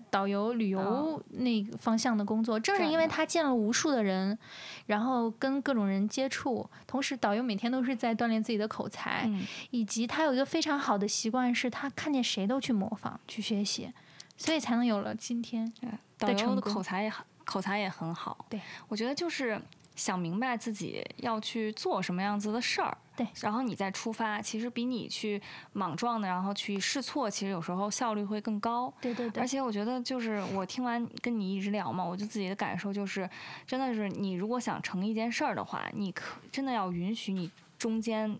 导游、旅游哦那个方向的工作，正是因为转的他见了无数的人，然后跟各种人接触，同时导游每天都是在锻炼自己的口才，嗯以及他有一个非常好的习惯，是他看见谁都去模仿、去学习，所以才能有了今天。导的游成的功口才也很口才也很好。对，我觉得就是想明白自己要去做什么样子的事儿。对，然后你再出发，其实比你去莽撞的，然后去试错，其实有时候效率会更高。对对对而，且我觉得，就是我听完跟你一直聊嘛，我就自己的感受就是，真的是你如果想成一件事儿的话，你可真的要允许你中间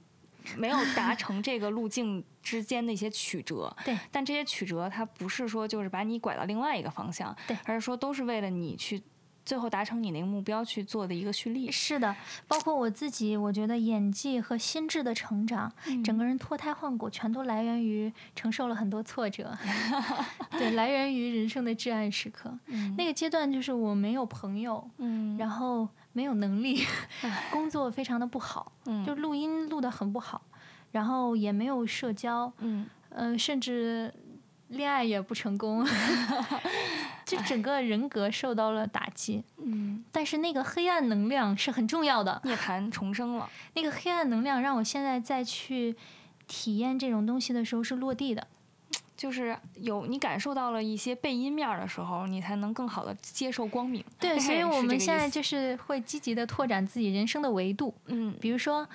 没有 达成这个路径之间的一些曲折。对，但这些曲折它不是说就是把你拐到另外一个方向，对而是说都是为了你去最后达成你那个目标去做的一个蓄力。是的，包括我自己，我觉得演技和心智的成长，整个人脱胎换骨，全都来源于承受了很多挫 折，对，来源于人生的至暗时刻。那个阶段就是我没有朋友，嗯，然后没有能力，工作非常的不好，嗯就录音录的很不好，然后也没有社交，嗯嗯、甚至恋爱也不成 功，就整个人格受到了打击。嗯，但是那个黑暗能量是很重要的，涅槃重生了。那个黑暗能量让我现在再去体验这种东西的时候是落地的。就是有你感受到了一些背阴面儿的时候，你才能更好的接受光明。 对，所以我是这个们意现在思就是会积极的拓展自己人生的维度，嗯比如说。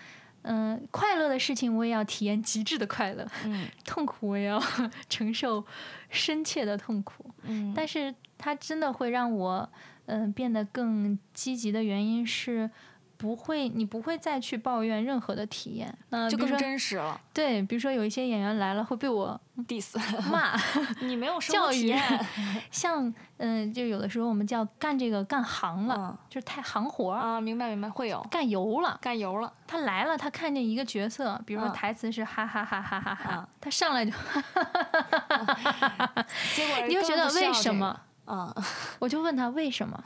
嗯、快乐的事情我也要体验极致的快乐，嗯痛苦我也要 承受深切的痛苦。嗯，但是它真的会让我，嗯、变得更积极的原因是，不会，你不会再去抱怨任何的体验。那就比如更说真实 了。对，比如说有一些演员来了会被我 diss， 骂，你没有生教活体育验。像嗯、就有的时候我们叫干这个干行了，嗯就是太行活儿。啊，明白明白，会有干油了，干油了。他来了，他看见一个角色，比如说嗯台词是哈哈哈哈哈哈，嗯他上来就，结果你就觉根本得不需为要这什个？么？啊，我就问他为什么，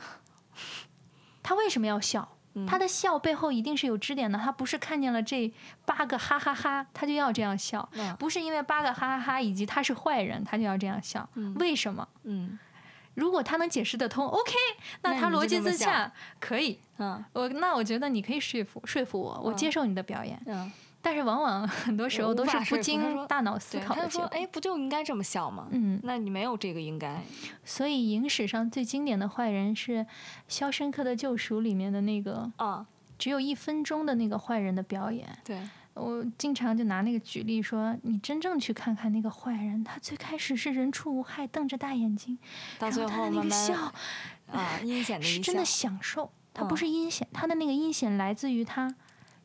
他为什么要笑？嗯他的笑背后一定是有支点的，他不是看见了这八个哈哈哈他就要这样笑，嗯不是因为八个哈哈哈以及他是坏人他就要这样笑，为什么？嗯如果他能解释得通，OK，那那他你就逻辑这么自想洽，可以。嗯我那我觉得你可以说服说服我，我接受你的表演。嗯，但是往往很多时我候都无是法说不服他说经大脑思对，考他的就结说，果。哎，不就应该这么笑吗？嗯，那你没有这个应该。所以影史上最经典的坏人是《肖申克的救赎》里面的那个啊，只有一分钟的那个坏人的表演。对，我经常就拿那个举例说，你真正去看看那个坏人，他最开始是人畜无害，瞪着大眼睛，到最然后他后的那慢个慢笑啊，阴险的是一真的笑享受，他嗯不是阴险，他的那个阴险来自于他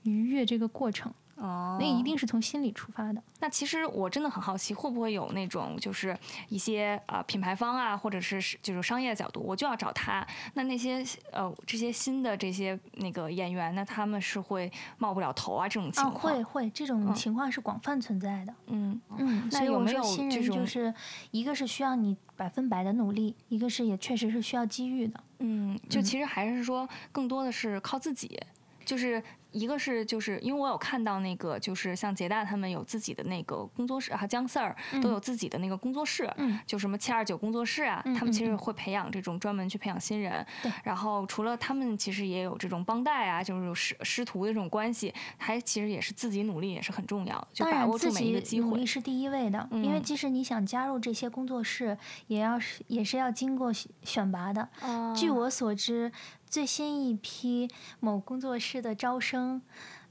愉悦这个过程，哦，那一定是从心里出发的。那其实我真的很好奇，会不会有那种就是一些呃品牌方啊，或者是是就是商业的角度，我就要找他。那那些呃这些新的这些那个演员呢，他们是会冒不了头啊这种情啊，况。会会，这种嗯情况是广泛存在的。嗯，嗯，那所以有我没说有新这人种就是一个是需要你百分百的努力，一个是也确实是需要机遇的。嗯，就嗯其实还是说，更多的是靠自己，就是一个是就是因为我有看到那个就是像杰大他们有自己的那个工作室啊，姜 Sir 都有自己的那个工作室，嗯就什么七二九工作室啊，他们其嗯实嗯会培养这种专门去培养新人对。然后除了他们，其实也有这种帮带啊，就是有师师徒的这种关系，还其实也是自己努力也是很重要的，就当把然，握自住每一个己机努会力。是第一位的，因为嗯即使你想加入这些工作室，也要是也是要经过选选拔的。据嗯我所知，最新一批某工作室的招生，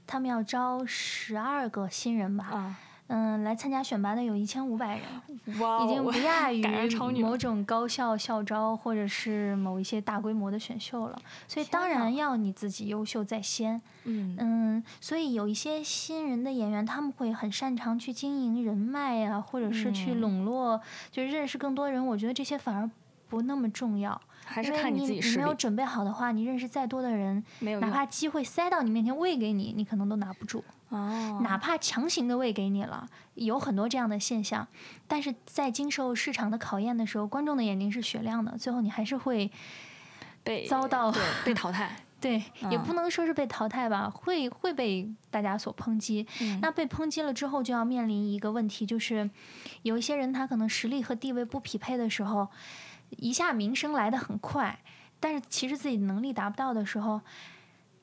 他们要招十二个新人吧？啊，嗯，来参加选拔的有一千五百人，哇已经哦不 亚于赶上超女了某种高校校招或者是某一些大规模的选秀了。所以当然要你自己优秀在先。嗯嗯，所以有一些新人的演员，他们会很擅长去经营人脉呀、或者是去嗯笼络，就认识更多人。我觉得这些反而不那么重要，还是因为看你你自己你实没有力，准备好的话，你认识再多的人，没有哪用怕机会塞到你面前喂给你，你可能都拿不住。哦哪怕强行的喂给你了，有很多这样的现象。但是在经受市场的考验的时候，观众的眼睛是雪亮的，最后你还是会被遭到对被淘汰。对，也嗯不能说是被淘汰吧，会会被大家所抨击。嗯那被抨击了之后，就要面临一个问题，就是有一些人他可能实力和地位不匹配的时候，一下名声来得很快，但是其实自己能力达不到的时候，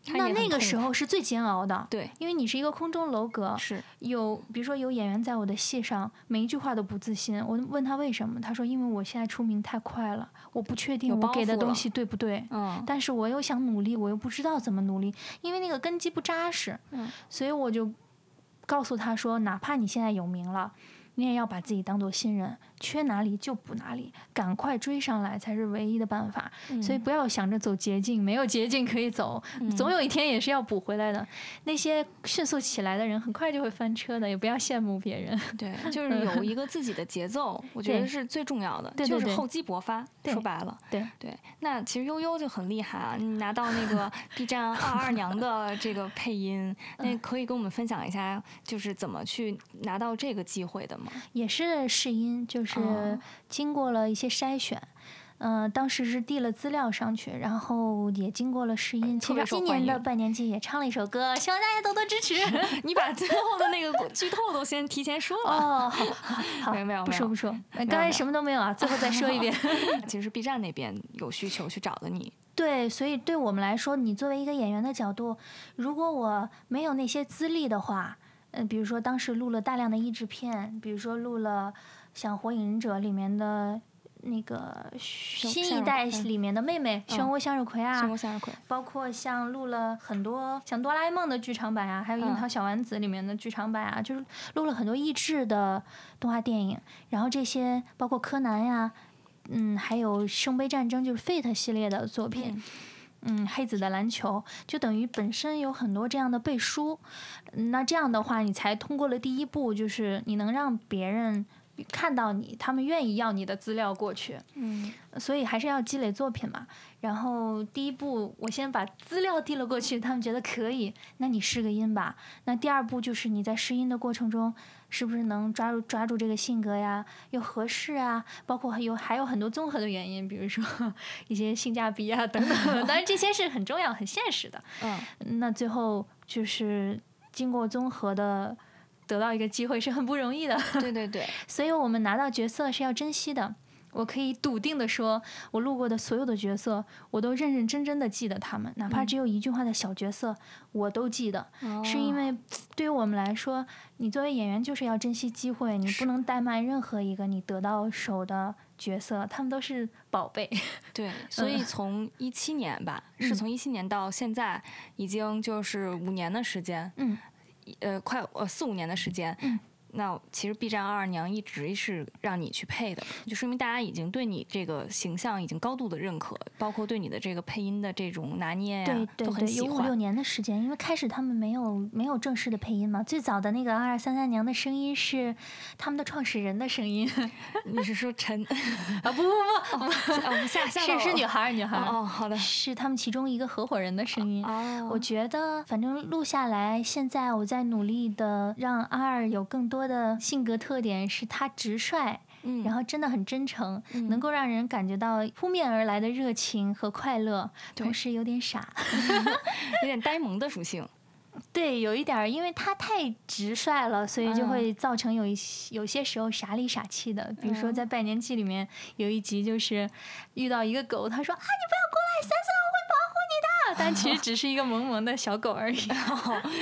他那也很那个痛时苦候是最煎熬的。对因为你是一个空中楼阁，是有比如说有演员在我的戏上，每一句话都不自信。我问他为什么，他说因为我现在出名太快了，我不确有定包我给的袱东了西对不对。嗯但是我又想努力，我又不知道怎么努力，因为那个根基不扎实。嗯所以我就告诉他说，哪怕你现在有名了，你也要把自己当做新人，缺哪里就补哪里，赶快追上来才是唯一的办法。嗯所以不要想着走捷径，没有捷径可以走，总有一天也是要补回来的。那些迅速起来的人，很快就会翻车的，也不要羡慕别人。对，就是有一个自己的节奏，我觉对得是最重要的，对对就对是厚积薄发。对说白了，对对。那其实悠悠就很厉害啊，你拿 到那个 B 站二二娘的这个配音，那嗯可以跟我们分享一下，就是怎么去拿到这个机会的吗？ 也是试音，就是哦经过了一些筛选。嗯、当时是递了资料上去，然后也经过了试音。特其别实受今欢年的迎半年季也唱了一首歌，希望大家多多支持。你把最后的那个剧透都先提前说了。 哦，好，好， 好，没有没有不没说有不说，呃有刚没才有什么都没有啊，最后再说一遍。其实是 B 站那边有需求去找 的你，对，所以对我们来说，你作为一个演员的角度，如果我没有那些资历的话，嗯、比如说当时录了大量的译制片，比如说录了像《火影忍者》里面的那个新向一日代葵里面的妹妹漩涡向日葵啊，漩涡向 日葵。包括像录了很多像哆啦 A 梦的剧场版啊，还有《樱嗯桃小丸子》里面的剧场版啊，就是录了很多益智的动画电影，然后这些包括柯南呀、嗯，还有《圣杯战争》就是 Fate 系列的作品。嗯黑子的篮球就等于本身有很多这样的背书，嗯那这样的话，你才通过了第一步，就是你能让别人看到你，他们愿意要你的资料过去。嗯，所以还是要积累作品嘛。然后第一步，我先把资料递了过去，他们觉得可以，那你试个音吧。那第二步就是你在试音的过程中，是不是能抓住抓住这个性格呀，又合适啊？包括还有还有很多综合的原因，比如说 一些性价比啊等等。当然这些是很重要、很现实的。嗯，那最后就是经过综合的。得到一个机会是很不容易的，对 对对，所以我们拿到角色是要珍惜的。我可以笃定的说，我路过的所有的角色，我都认认真真的记得他们，哪怕只有一句话的小角色，我都记得。是因为对于我们来说，你作为演员就是要珍惜机会，你不能怠慢任何一个你得到手的角色，他们都是宝贝。 对，所嗯以从一七年吧，是从一七年到现在，已经就是五年的时间， 嗯，呃，快呃四五年的时间，嗯那其实 B 站二二娘一直是让你去配的，就说明大家已经对你这个形象已经高度的认可，包括对你的这个配音的这种 拿哎哎捏呀、对对都很对，有喜五六欢。年的时间，因为开始他们没有没有正式的配音嘛，最早的那个二二三三娘的声音是他们的创始人的声音 你是说陈？啊，不不不，哦，下下是是女孩儿，女孩哦儿，哦，好的。是他们其中一个合伙人的声音。哦，我觉得，反正录下来，现在我在努力的让阿二有更多的性格特点，是他直率，嗯，然后真的很真诚，嗯能够让人感觉到扑面而来的热情和快乐，对同时有点傻。有点呆萌的属性。对，有一点儿，因为他太直率了，所以就会造成有一些、有些时候傻里傻气的。比如说在《拜年记》里面有一集，就是遇到一个狗，他说：“啊，你不要过来，三三，我会保护你的。”但其实只是一个萌萌的小狗而已。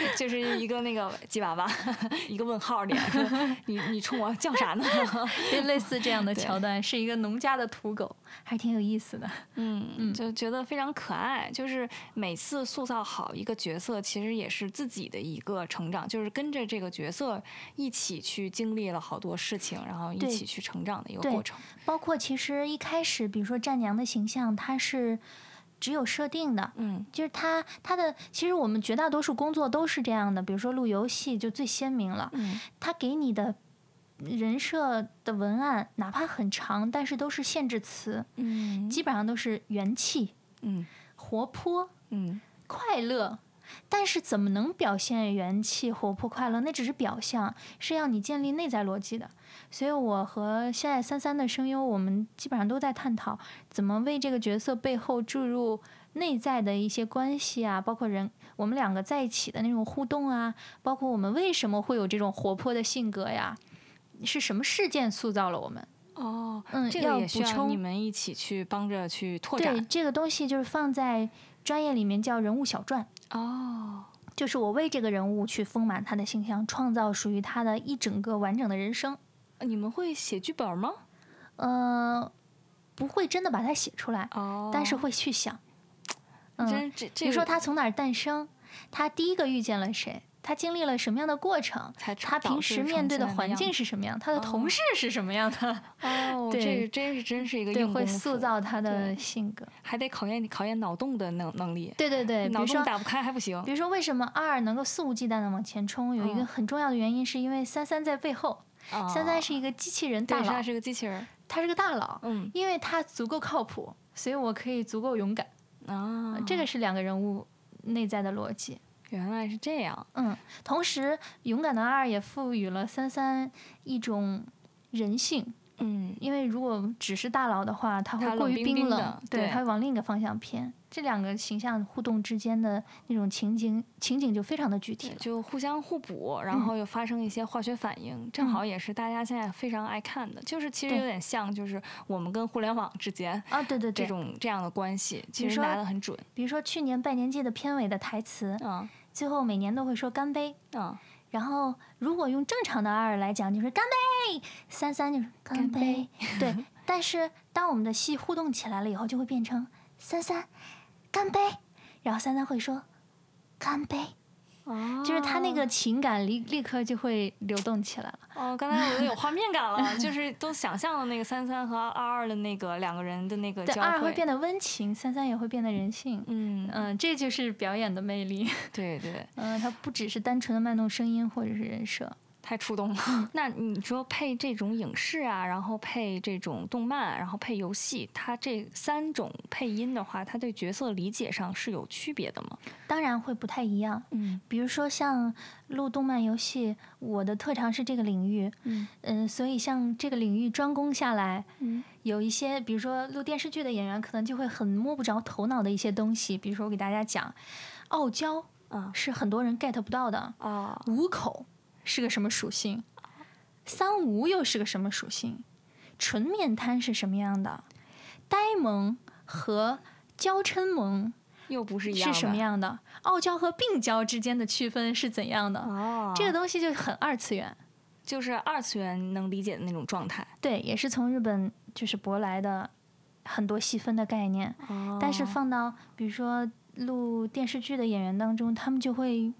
就是一个那个鸡娃娃，一个问号脸，说 你你冲我叫啥呢？对， 类似这样的桥段，是一个农家的土狗，还挺有意思的。嗯，就觉得非常可爱。就是每次塑造好一个角色，其实也是自己的一个成长，就是跟着这个角色一起去经历了好多事情，然后一对起去成长的一个对过程。包括其实一开始，比如说战娘的形象，它是只有设定的，嗯，就是它它的其实我们绝大多数工作都是这样的，比如说录游戏就最鲜明了，嗯它给你的。人设的文案哪怕很长，但是都是限制词，嗯基本上都是元气、嗯活泼、嗯，快乐。但是怎么能表现元气、活泼、快乐？那只是表象，是要你建立内在逻辑的。所以，我和现在三三的声优，我们基本上都在探讨怎么为这个角色背后注入内在的一些关系啊，包括人我们两个在一起的那种互动啊，包括我们为什么会有这种活泼的性格呀？是什么事件塑造了我们？哦，嗯，这个要也需补要充你们一起去帮着去拓对展。这个东西，就是放在专业里面叫人物小传。哦，就是我为这个人物去丰满他的形象，创造属于他的一整个完整的人生。呃你们会写剧本吗？呃，不会真的把它写出来，哦，但是会去想。嗯，真这这比如说个他从哪儿诞生，他第一个遇见了谁，他经历了什么样的过程，才他平时面对的环境是什么样，他的同事是什么样的，哦，对这真是真是一个对，硬会功夫塑，造他的对性格。还得考验你考验脑洞的能能力，对对对，比脑如洞说。打不开还不行比。如说，为什么二能够肆无忌惮的往前冲？有一个嗯很重要的原因，是因为三三在背后。啊三三是一个机器人大对，佬他，是个机器人，他是个大佬，嗯因为他足够靠谱，所以我可以足够勇敢。啊，这个是两个人物内在的逻辑。原来是这样，嗯，同时，勇敢的二也赋予了三三一种人性，嗯，因为如果只是大佬的话，他他会冷过于冰冰冰冷，的对，对他会往另一个方向偏。这两个形象互动之间的那种情景情景就非常的具体对了。就互相互补，然嗯后又发生一些化学反应，正好也是大家现在非常爱看的，就是其实对有点像，就是我们跟互联网之间啊，对对这对，种这样的关系，其如实说拿的很准，比如说去年拜年季的片尾的台词，嗯最后每年都会说干杯，嗯，然后，如果用正常的二来讲，就是干杯；三三就是干杯。 对，但是当我们的戏互动起来了以后，就会变成三三干杯，然后三三会说干杯，哦就是他那个情感立立刻就会流动起来了。哦， 刚才我都有画面感 了，就是都想象了那个三三和二二的那个两个人的那个对，交二汇会，变得温情，三三也会变得人性。嗯，嗯、这就是表演的魅力。对对，嗯、它不只是单纯的卖弄声音或者是人设。太触动了。那你说配这种影视啊，然后配这种动漫，然后配游戏，它这三种配音的话，它对角色理解上是有区别的吗？当然会不太一样。嗯，比如说像录动漫游戏，我的特长是这个领域，嗯嗯所以像这个领域专攻下来，嗯，有一些比如说录电视剧的演员，可能就会很摸不着头脑的一些东西。比如说我给大家讲，傲娇啊是很多人 get 不到的，啊五口是个什么属性，三无又是个什么属性，纯面瘫是什么样的，呆萌和娇嗔萌又不是一样是的什么？样的？傲娇和病娇之间的区分是怎样的？哦，这个东西就很二次元。就是二次元能理解的那种状态。对，也是从日本就是舶来的很多细分的概念，哦但是放到比如说录电视剧的演员当中，他们就会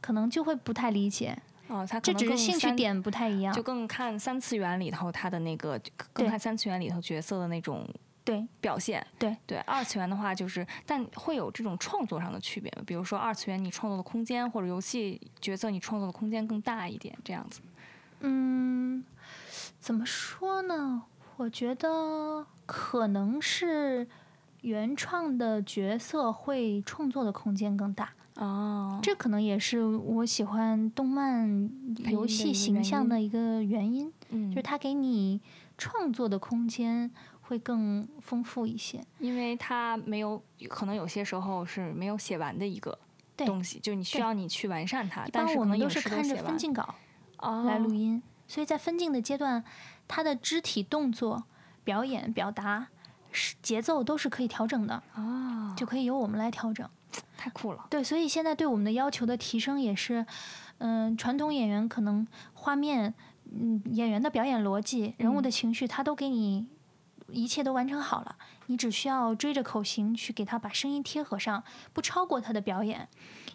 可能就会不太理解，哦，它这可能只是更兴趣三点不太一样啊就。更看三次元里头他的那个，对更看三次元里头角色的那种对表现。对对，二次元的话就是，但会有这种创作上的区别吗？比如说二次元你创作的空间，或者游戏角色你创作的空间更大一点，这样子。嗯，怎么说呢？我觉得可能是原创的角色会创作的空间更大。哦，这可能也是我喜欢动漫配音游的一戏个形原象因的一个原因，嗯就是它给你创作的空间会更丰富一些。因为它没有，可能有些时候是没有写完的一个对东西，就是你需对要你去完善它。一但般是我可能们都影是视看着写分完镜稿哦来录音，所以在分镜的阶段，它的肢体动作、表演、表达、是节奏都是可以调整的，哦，就可以由我们来调整。太酷了。对，所以现在对我们的要求的提升也是，嗯、传统演员可能画面，嗯，演员的表演逻辑、人物嗯的情绪，他都给你一切都完成好了，你只需要追着口型去给他把声音贴合上，不超过他的表演。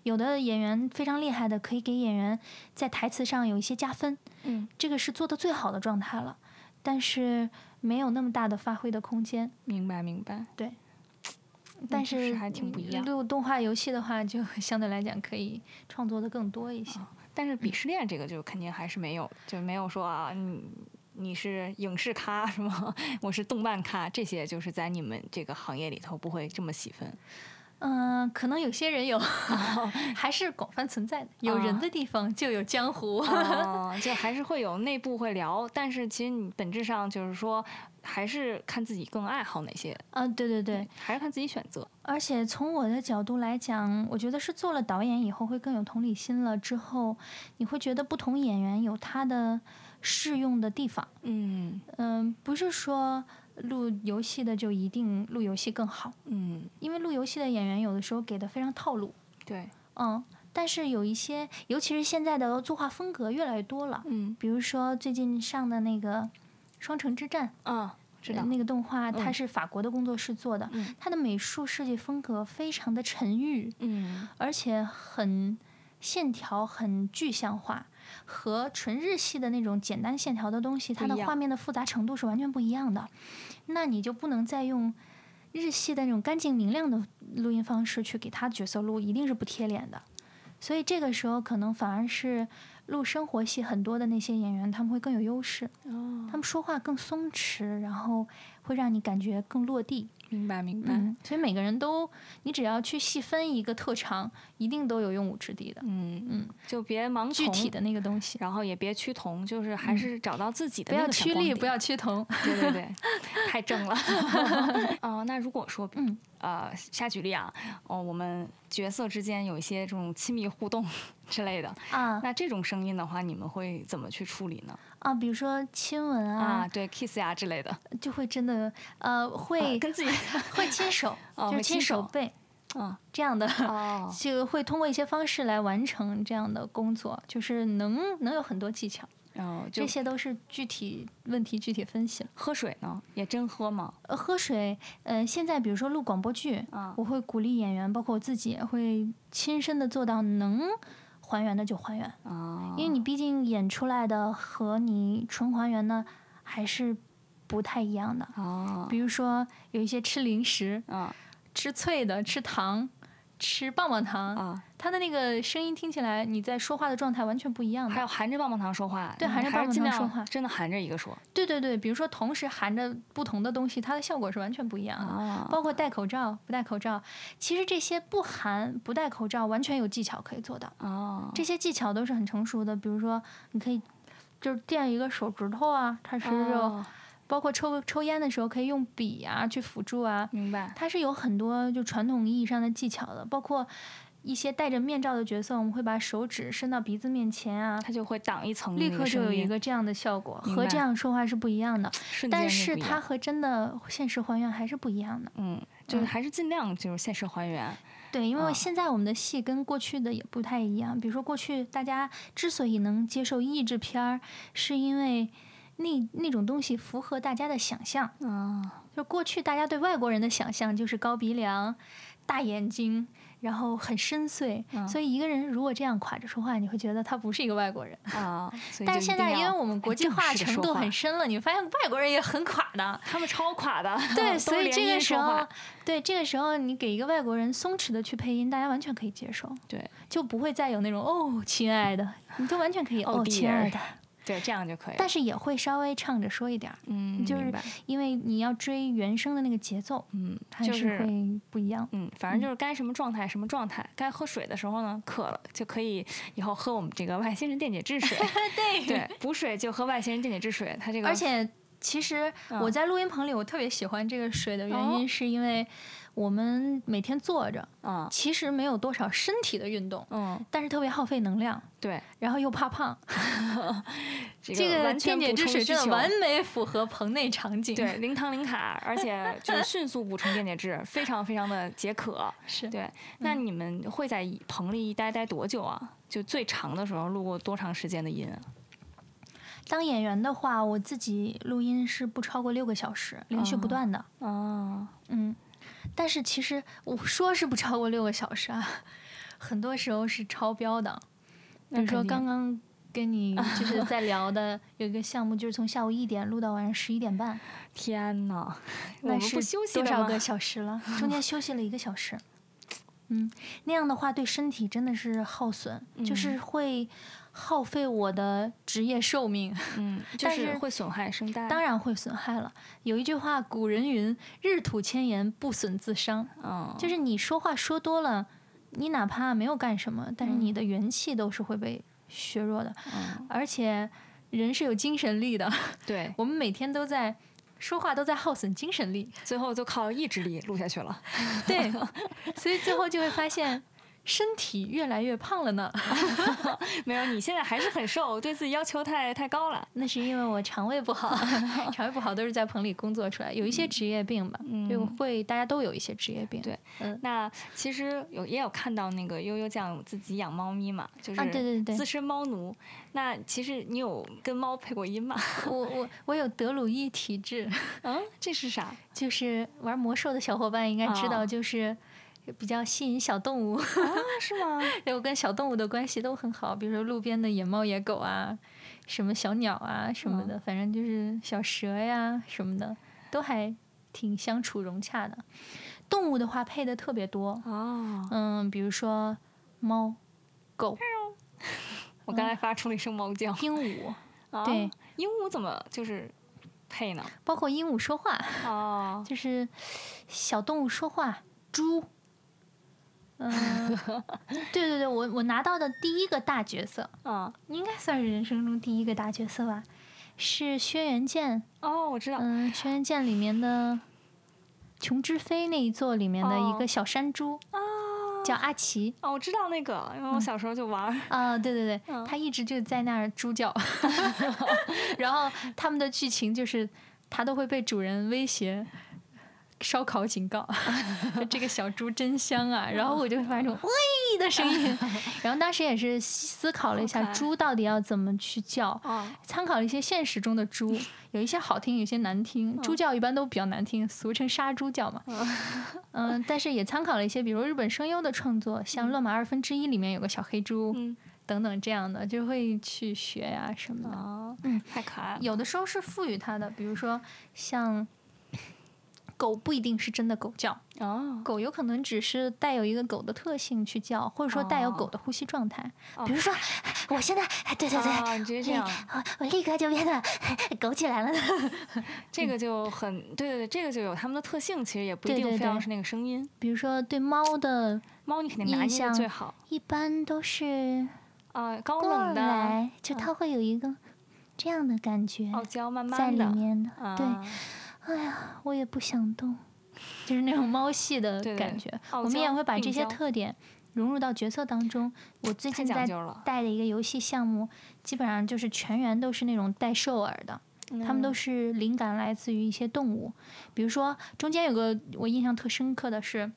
有的演员非常厉害的，可以给演员在台词上有一些加分，嗯，这个是做的最好的状态了，但是没有那么大的发挥的空间。明白明白。但确嗯实是还挺不一样录动画游戏的话，就相对来讲可以创作的更多一些。但是鄙视链这个就肯定还是没有，就没有说啊，你你是影视咖是吗？ 我是动漫咖，这些就是在你们这个行业里头不会这么细分。嗯、可能有些人有， 还是广泛存在的。有人啊的地方就有江湖。 哦， 就还是会有内部会聊，但是其实你本质上就是说，还是看自己更爱好哪些，啊，对对对，还是看自己选择。而且从我的角度来讲，我觉得是做了导演以后会更有同理心了。之后你会觉得不同演员有他的适用的地方。嗯嗯、不是说录游戏的就一定录游戏更好，嗯，因为录游戏的演员有的时候给的非常套路。对，嗯，但是有一些，尤其是现在的作画风格越来越多了，嗯比如说最近上的那个《双城之战》啊，知呃道，那个动画，它嗯是法国的工作室做的，嗯它的美术设计风格非常的沉郁，嗯而且很线条很具象化，和纯日系的那种简单线条的东西，它的不一样画面的复杂程度是完全不一样的。那你就不能再用日系的那种干净明亮的录音方式去给它角色录，一定是不贴脸的。所以这个时候可能反而是录生活戏很多的那些演员，他们会更有优势，哦，他们说话更松弛，然后会让你感觉更落地。明白明白。嗯，所以每个人都，你只要去细分一个特长，一定都有用武之地的。嗯嗯，就别盲从，具体的那个东西，然后也别趋同，就是还是找到自己的不那要个闪趋光利，点不要趋同。 对对对，太正了。哦、那如果说，嗯，呃，瞎举例 啊，哦，我们角色之间有一些这种亲密互动 之类的，啊那这种声音的话，你们会怎么去处理呢？啊，比如说亲吻啊，啊，对，kiss 呀、之类的，就会真的呃会、啊跟自己， 会亲 手，哦就是会亲手手背嗯，这样的。哦，就会通过一些方式来完成这样的工作，就是能能有很多技巧，哦，就这些都是具体问题具体分析了。喝水呢，也真喝吗？呃，喝水，呃，现在比如说录广播剧，啊，我会鼓励演员，包括我自己，也会亲身的做到能还原的就还原，啊，因为你毕竟演出来的和你纯还原呢还是不太一样的。啊，比如说有一些吃零食、啊吃脆的、吃糖、吃棒棒糖，啊，它的那个声音听起来你在说话的状态完全不一样还的。有含着棒棒糖说话，嗯对你含着还棒是尽棒糖量说话真的含着一个说对对对，比如说同时含着不同的东西，它的效果是完全不一样的。啊，包括戴口罩、不戴口罩，其实这些不含、不戴口罩，完全有技巧可以做到。哦，这些技巧都是很成熟的，比如说你可以就是垫一个手指头啊，它是就哦包括抽抽烟的时候可以用笔啊去辅助啊，明白，它是有很多就传统意义上的技巧的，包括一些戴着面罩的角色，我们会把手指伸到鼻子面前啊。它就会挡一层的立嗯那刻就声有一音个这样的效果，明和这白样说话是不一样的，瞬间但就是不一它样和真的现实还原还是不一样的。嗯，就是还是尽量就是现实还原，啊对，因为嗯现在我们的戏跟过去的也不太一样。比如说，过去大家之所以能接受译制片儿，是因为那那种东西符合大家的想象。啊，就过去大家对外国人的想象就是高鼻梁、大眼睛，然后很深邃。嗯所以一个人如果这样垮着说话，你会觉得他不是一个外国人。啊，所以但就是一现定在，因为要我们国际正化式地程说度话很深了，你发现外国人也很垮的。他们超垮的， 对，都所是以连这音个时说候话，对这个时候，你给一个外国人松弛的去配音，大家完全可以接受，对就不会再有那种哦，亲爱的，你都完全可以哦哦，亲 dear 爱的，对，这样就可以了，但是也会稍微唱着说一点儿，嗯，就明是白因为你要追原声的那个节奏，嗯，还就是是。会不一样。嗯，反正就是该什么状态什么状态，该喝水的时候呢，渴了就可以以后喝我们这个外星人电解质 水，对补水就喝外星人电解质水，它这个而且其实我嗯哦在录音棚里，我特别喜欢这个水的原因，是因为我们每天坐着，啊，其实没有多少身体的运动，嗯，但是特别耗费能量，对，然后又怕胖。这这个完全电解质补充水需真的求完美符合棚内场景。对，，零糖零卡，而且就是迅速补充电解质，非常非常的解渴。是对，那你们会在棚里一待待多久啊？就最长的时候录过多长时间的音啊？当演员的话，我自己录音是不超过六个小时，连续不断的。哦，嗯，但是其实我说是不超过六个小时啊， 很多时候是超标的。比那如说肯定刚刚跟你就是在聊 的有一个项目，就是从下午一点录到晚上十一点半，天呐，我那们不是休息多的少 吗个小时了？中间休息了一个小时。 嗯，那样的话对身体真的是耗损，就是会耗费我的职业寿命。嗯，就但是是会损害声带。当然会损害了。有一句话，古人云：“日吐千言，不损自伤。”嗯，就是你说话说多了，你哪怕没有干什么，但是你的元气都是会被削弱的。嗯而且，人是有精神力的，对，我们每天都在说话，都在耗损精神力。最后就靠意志力录下去了。 对，所以最后就会发现。身体越来越胖了呢，没有，你现在还是很瘦，对自己要求太太高了。 那是因为我肠胃不 好，肠胃不好都是在棚里工作出来，有一些职业病吧，就会大家都有一些职业病。对嗯，那其实有也有看到那个悠悠酱自己养猫咪嘛，就是啊对对对资深猫奴。那其实你有跟猫配过音吗？ 我我我有德鲁伊体质，嗯，这是啥？就是玩魔兽的小伙伴应该知道，哦就是比较吸引小动物。啊，是 吗？对我跟小动物的关系都很好，比如说路边的野猫、野狗啊，什么小鸟啊什么的，反正就是小蛇呀什么的，都还挺相处融洽的。动物的话配的特别多，哦，嗯，比如说猫、狗、嗯我刚才发出了一声猫叫。鹦鹉，啊对，鹦鹉怎么就是配呢？包括鹦鹉说话，哦，就是小动物说话，猪。嗯， 对对对，我我拿到的第一个大角色，啊，应该算是人生中第一个大角色吧，是《轩辕剑》哦，我知道，嗯，《轩辕剑》里面的琼之飞那一座里面的一哦个小山猪，叫阿奇。哦，我知道那个，因为嗯我小时候就玩儿。啊、对对对，嗯他一直就在那儿猪叫，然后他们的剧情就是他都会被主人威胁。烧烤警告， 这个小猪真香啊！然后我就会发出“喂”的声 音，然后当时也是思考了一好下可爱猪到底要怎么去叫，哦，参考了一些现实中的猪，有一些好听，有些难嗯听。猪叫一般都比较难听，俗称杀猪叫嘛。嗯、但是也参考了一些，比如日本声优的创作，像《乱马二分之一》里面有个小黑猪，嗯等等这样的，就会去学呀、什么的。哦嗯，太可爱了。有的时候是赋予它的，比如说像狗不一定是真的狗叫，哦，狗有可能只是带有一个狗的特性去叫，或者说带有哦狗的呼吸状态。哦比如说，我现在对对对，啊，你直接这样，我我立刻就变得狗起来了。 嗯这个就很对对对，这个就有它们的特性，其实也不一对定对非要对是那个声音。比如说对猫的，猫你肯定拿印捏的象最好一般都是啊，高过冷的，来，就它会有一个这样的感觉傲娇哦慢在慢里的，面的。啊对，我也不想 动，就是那种猫系的对对感觉。傲我们也娇会把这病些娇特点融入到角色当中。我最太近讲在究了。带的一个游戏项目，基本上就是全员都是那种带兽耳的。他嗯们都是灵感来自于一些动物，比如说中间有个我印象特深刻的是，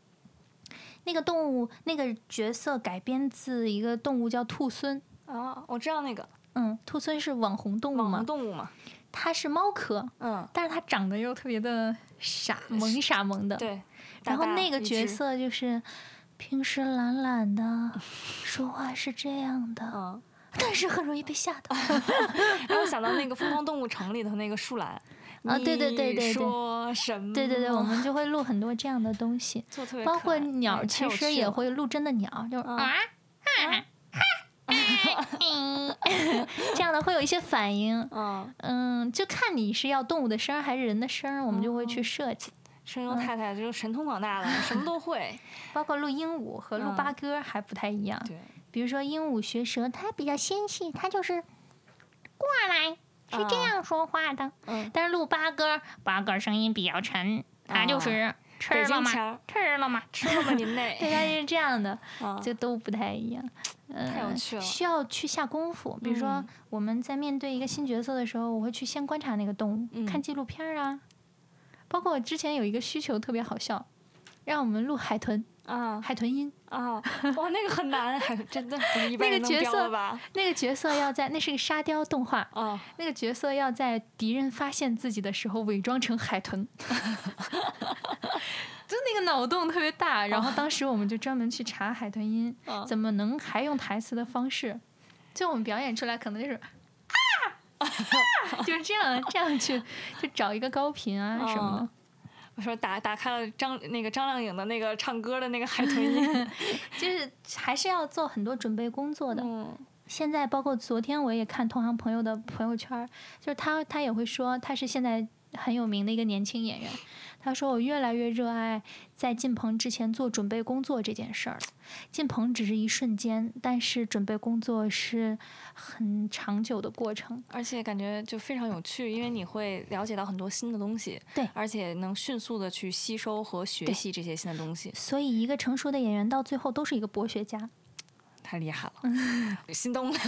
那个动物那个角色改编自一个动物叫兔狲，啊，我知道那个嗯，兔狲是网红动物网红嘛，动物嘛，它是猫科，嗯，但是它长得又特别的傻萌傻萌的，对。然后大大那个一角只，色就是平时懒懒的，说话是这样的，嗯，但是很容易被吓到。让我想到 那个《疯狂动物城》里头那个树懒。啊对对对对对你说什么？对对对，我们就会录很多这样的东 西。就特别包可括爱鸟，哎太其有实趣也了会录真的鸟，就是嗯啊啊啊， 这样的会有一些反应。嗯，嗯，就看你是要动物的声儿还是人的声儿，我们就会哦去设计。声嗯优太太就是神通广大了，什么都会。包括录鹦鹉和录嗯八哥还不太一样。对，比如说鹦鹉学舌，它比较纤细，它就是过来 是这啊样说话的。嗯，但是录八哥，八哥声音比较沉，它啊就是北吃了京吗？腔儿，吃了吗？吃了吗您那？ 对，它就是这样 的。啊，就都不太一样。嗯太有趣了。需要去下功夫，比如说嗯我们在面对一个新角色的时候，我会去先观察那个动物，嗯看纪录片儿啊。包括我之前有一个需求特别好笑，让我们录海豚，啊海豚音。啊，哇，那个很难，还真的不是一般那人个能角标色 的吧？那个角色要在，那是个沙雕动画，啊，那个角色要在敌人发现自己的时候伪装成海豚，就那个脑洞特别大。然后当时我们就专门去查海豚音，啊怎么能还用台词的方式，就我们表演出来可能就是。啊，就是这样，这样去就找一个高频啊什么的，我说打打开了张那个张靓颖的那个唱歌的那个海 豚音。就是还是要做很多准备工作的。嗯，现在包括昨天我也看同行朋友的朋友圈儿，就是他他也会说他是现在很有名的一个年轻演员，他说我越来越热爱在进棚之前做准备工作这件事儿了。进棚只是一瞬间，但是准备工作是很长久的过程。而且感觉就非常有趣，因为你会了解到很多新的东西，对而且能迅速的去吸收和学对习这些新的东西，所以一个成熟的演员到最后都是一个博学家。太厉害了， 心动了，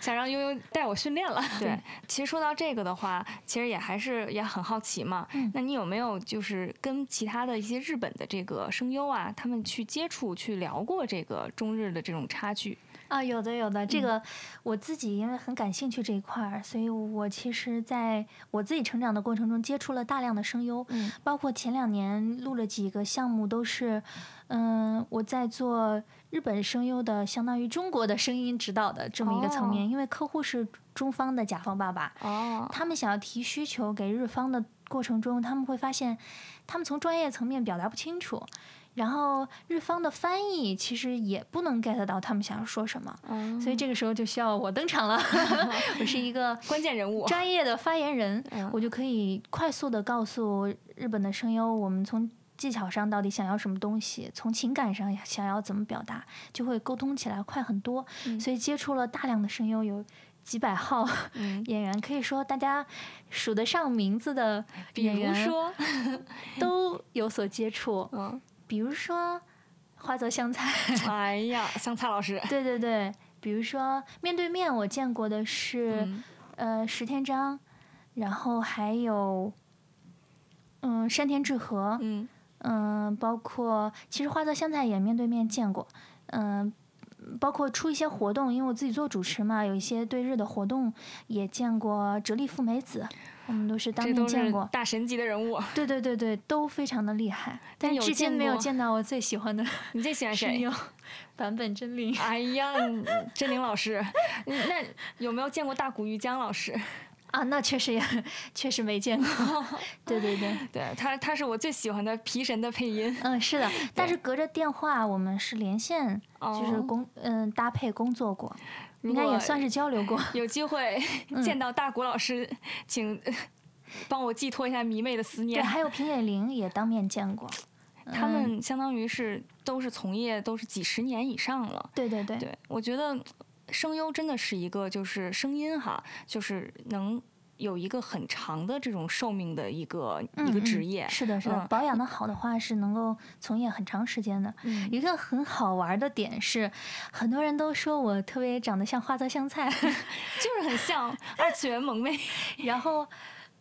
想让悠悠带我训练了。对，其实说到这个的话，其实也还是也很好奇嘛。嗯那你有没有就是跟其他的一些日本的这个声优啊，他们去接触去聊过这个中日的这种差距？啊，有的有的，这个我自己因为很感兴趣这一块儿，所以我其实在我自己成长的过程中接触了大量的声优，嗯包括前两年录了几个项目，都是嗯、我在做日本声优的，相当于中国的声音指导的这么一个层面，因为客户是中方的甲方爸爸，哦，他们想要提需求给日方的过程中，他们会发现，他们从专业层面表达不清楚，然后日方的翻译其实也不能 get 到他们想要说什么，嗯所以这个时候就需要我登场了， 我是一个关键人物，专业的发言人，嗯我就可以快速的告诉日本的声优，我们从技巧上到底想要什么东西，从情感上想要怎么表达，就会沟通起来快很多。嗯所以接触了大量的声优，有几百号 嗯演员，可以说大家数得上名字的比演如员 说，都有所接触，嗯，比如说花泽香菜， 哎呀，香菜老师，对对对，比如说面对面我见过的是。嗯呃，石天章，然后还有，嗯，山田智和，嗯嗯、包括其实花泽香菜也面对面见过，嗯、包括出一些活动，因为我自己做主持嘛，有一些对日的活动也见过哲利富美子，我们都是当这面都见是过，大神级的人物，对对对对，都非常的厉害， 但有至今见没有过见到我最喜欢的你最喜欢声谁？优 版本真理。哎呀，真玲老师，那有没有见过大谷玉江老师？啊，那确实也确实没见过，对对对。对他，他是我最喜欢的皮神的配音，嗯，是的，但是隔着电话，我们是连线，就是哦工嗯、搭配工作过，如应该也果算是嗯交流过。有机会见到大谷老师，请呃帮我寄托一下迷妹的思对，念。还有平野绫也当面见过。 嗯他们相当于是都是从业都是几十年以上了。对对对，对，我觉得声优真的是一个就是声音哈，就是能有一个很长的这种寿命的一个一个嗯职嗯业。是的，是的，嗯保养的好的话是能够从业很长时间的。嗯一个很好玩的点是，很多人都说我特别长得像花泽香菜，就是很像二次元萌妹。然后。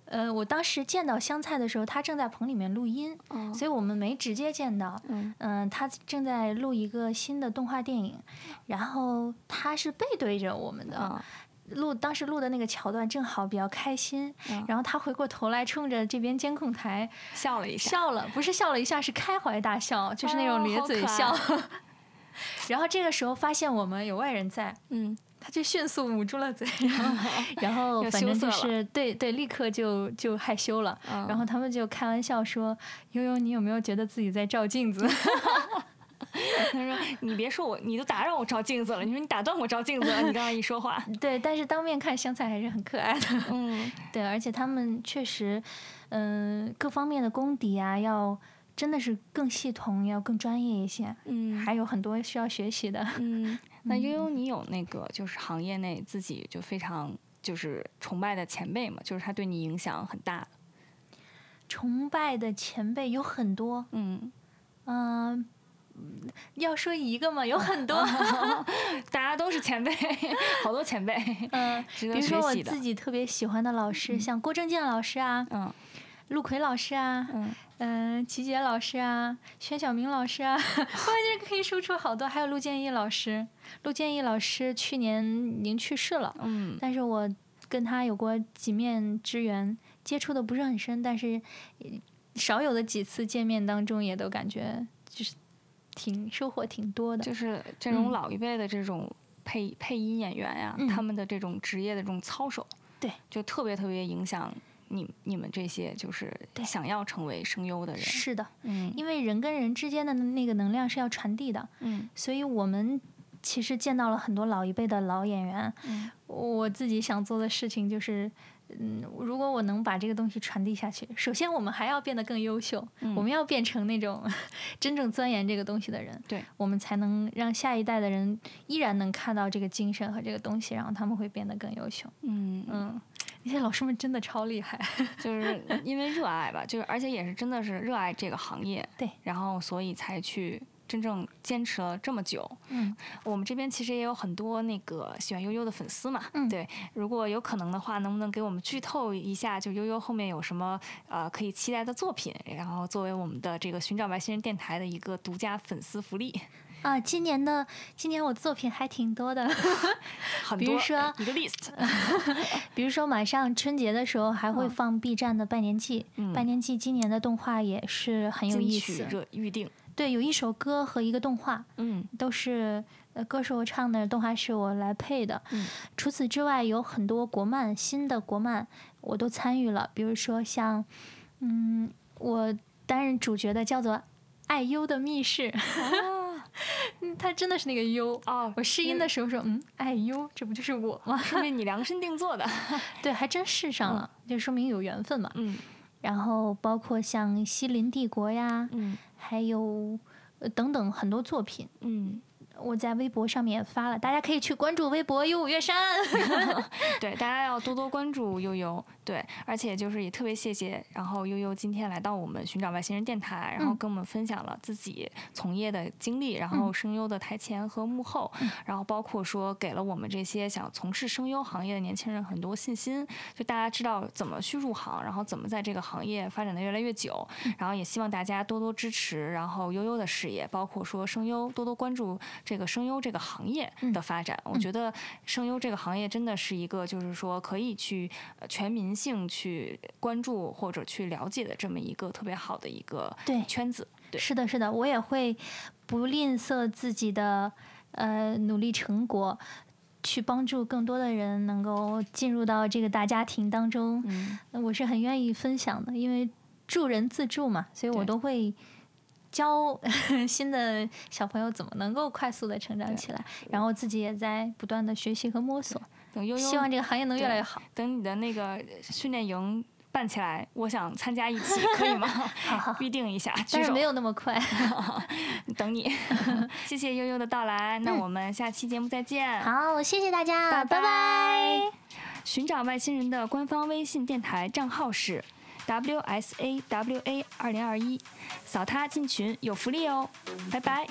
呃，我当时见到香菜的时候，她正在棚里面录音，所以我们没直接见到。嗯嗯，他正在录一个新的动画电影，然后他是背对着我们的，啊，录当时录的那个桥段正好比较开心，嗯然后他回过头来冲着这边监控台笑了一下。笑了，不是笑了一下，是开怀大笑，就是那哦种咧好嘴可笑。 然后这个时候发现我们有外人在，嗯，他就迅速捂住了 嘴，然后然后又反羞正就涩了是对对，立刻就就害羞了。嗯然后他们就开玩笑说：“悠悠，你有没有觉得自己在照镜子？” 他说：“你别说我，你都打扰我照镜子了。你说你打断我照镜子了，你刚刚一说话。对，但是当面看香菜还是很可爱的。嗯 对，而且他们确实，嗯、各方面的功底啊，要真的是更系统，要更专业一些，嗯还有很多需要学习的。嗯，那悠悠，你有那个就是行业内自己就非常就是崇拜的前辈嘛？就是他对你影响很大。崇拜的前辈有很多，嗯，嗯、嗯要说一个嘛，嗯有很多，大家都是前辈， 好多前辈，嗯、值比得如说学我习的自。己特别喜欢的老师，像郭正健老师啊，嗯陆奎老师啊，嗯嗯，齐杰老师啊，宣晓明老师啊， 我这可以说出好多。还有陆建一老师，陆建一老师去年已经去世了，嗯但是我跟他有过几面之缘，接触的不是很深，但是呃少有的几次见面当中，也都感觉就是挺收获挺多的。就是这种嗯老一辈的这种配、配音演员呀、嗯他们的这种职业的这种操守，对，就特别特别影响你你们这些就是对想要成为声优的人。是的，嗯因为人跟人之间的那个能量是要传递的，嗯所以我们其实见到了很多老一辈的老演员。嗯我自己想做的事情就是，嗯，如果我能把这个东西传递下去，首先我们还要变得更优秀，嗯我们要变成那种 真正钻研这个东西的人，对，我们才能让下一代的人依然能看到这个精神和这个东西，然后他们会变得更优秀。嗯嗯，嗯，那些老师们真的超厉害。就是因为热爱吧，就是而且也是真的是热爱这个行业，对，然后所以才去。真正坚持了这么久，嗯，我们这边其实也有很多那个喜欢悠悠的粉丝嘛，嗯对。如果有可能的话，能不能给我们剧透一下，就悠悠后面有什么呃可以期待的作品，然后作为我们的这个寻找外星人电台的一个独家粉丝福利？啊，今年的今年我作品还挺多 的，很比如多哎说一个 list，比如说马上春节的时候还会嗯放 B 站的《半年记》，嗯半年记》今年的动画也是很有金意曲思，热预定，对，有一首歌和一个动画，嗯都是呃歌是我唱的，动画是我来配的。嗯除此之外，有很多国漫新的国漫我都参与了，比如说像嗯，我担任主角的叫做爱优的密室， 嗯，他真的是那个优。哦，我试音的时候说，嗯，爱优，这不就是我吗？说明你量身定做的， 对，还真试上了，就说明有缘分嘛。嗯然后包括像《西林帝国》呀，嗯还有、呃等等很多作品，嗯，我在微博上面也发了，大家可以去关注微博“优五月山 对，大家要多多关注悠悠，对，而且就是也特别谢谢，然后悠悠今天来到我们寻找外星人电台，然后跟我们分享了自己从业的经历，然后声优的台前和幕后，然后包括说给了我们这些想从事声优行业的年轻人很多信心，就大家知道怎么去入行，然后怎么在这个行业发展的越来越久，然后也希望大家多多支持，然后悠悠的事业，包括说声优多多关注这个声优这个行业嗯的发展。我觉得声优这个行业真的是一个，就是说可以去呃全民性去关注或者去了解的这么一个特别好的一个对圈子。”。对是的，是的，我也会不吝啬自己的呃努力成果，去帮助更多的人能够进入到这个大家庭当中。呃嗯，我是很愿意分享的，因为助人自助嘛，所以我对都会教 新的小朋友怎么能够快速的成长对起来，然后自己也在不断的学习和摸索，等悠悠，希望这个行业能越来越对好。等你的那个训练营。办起来，我想参加一期，可以 吗？ 预定一下，举但是手没。有那么快。等你， 谢谢悠悠的到来，嗯那我们下期节目再见。好，谢谢大家，拜拜拜寻找外星人的官方微信电台账号是 WSAWA 二零二一，扫它进群有福利哦，拜拜。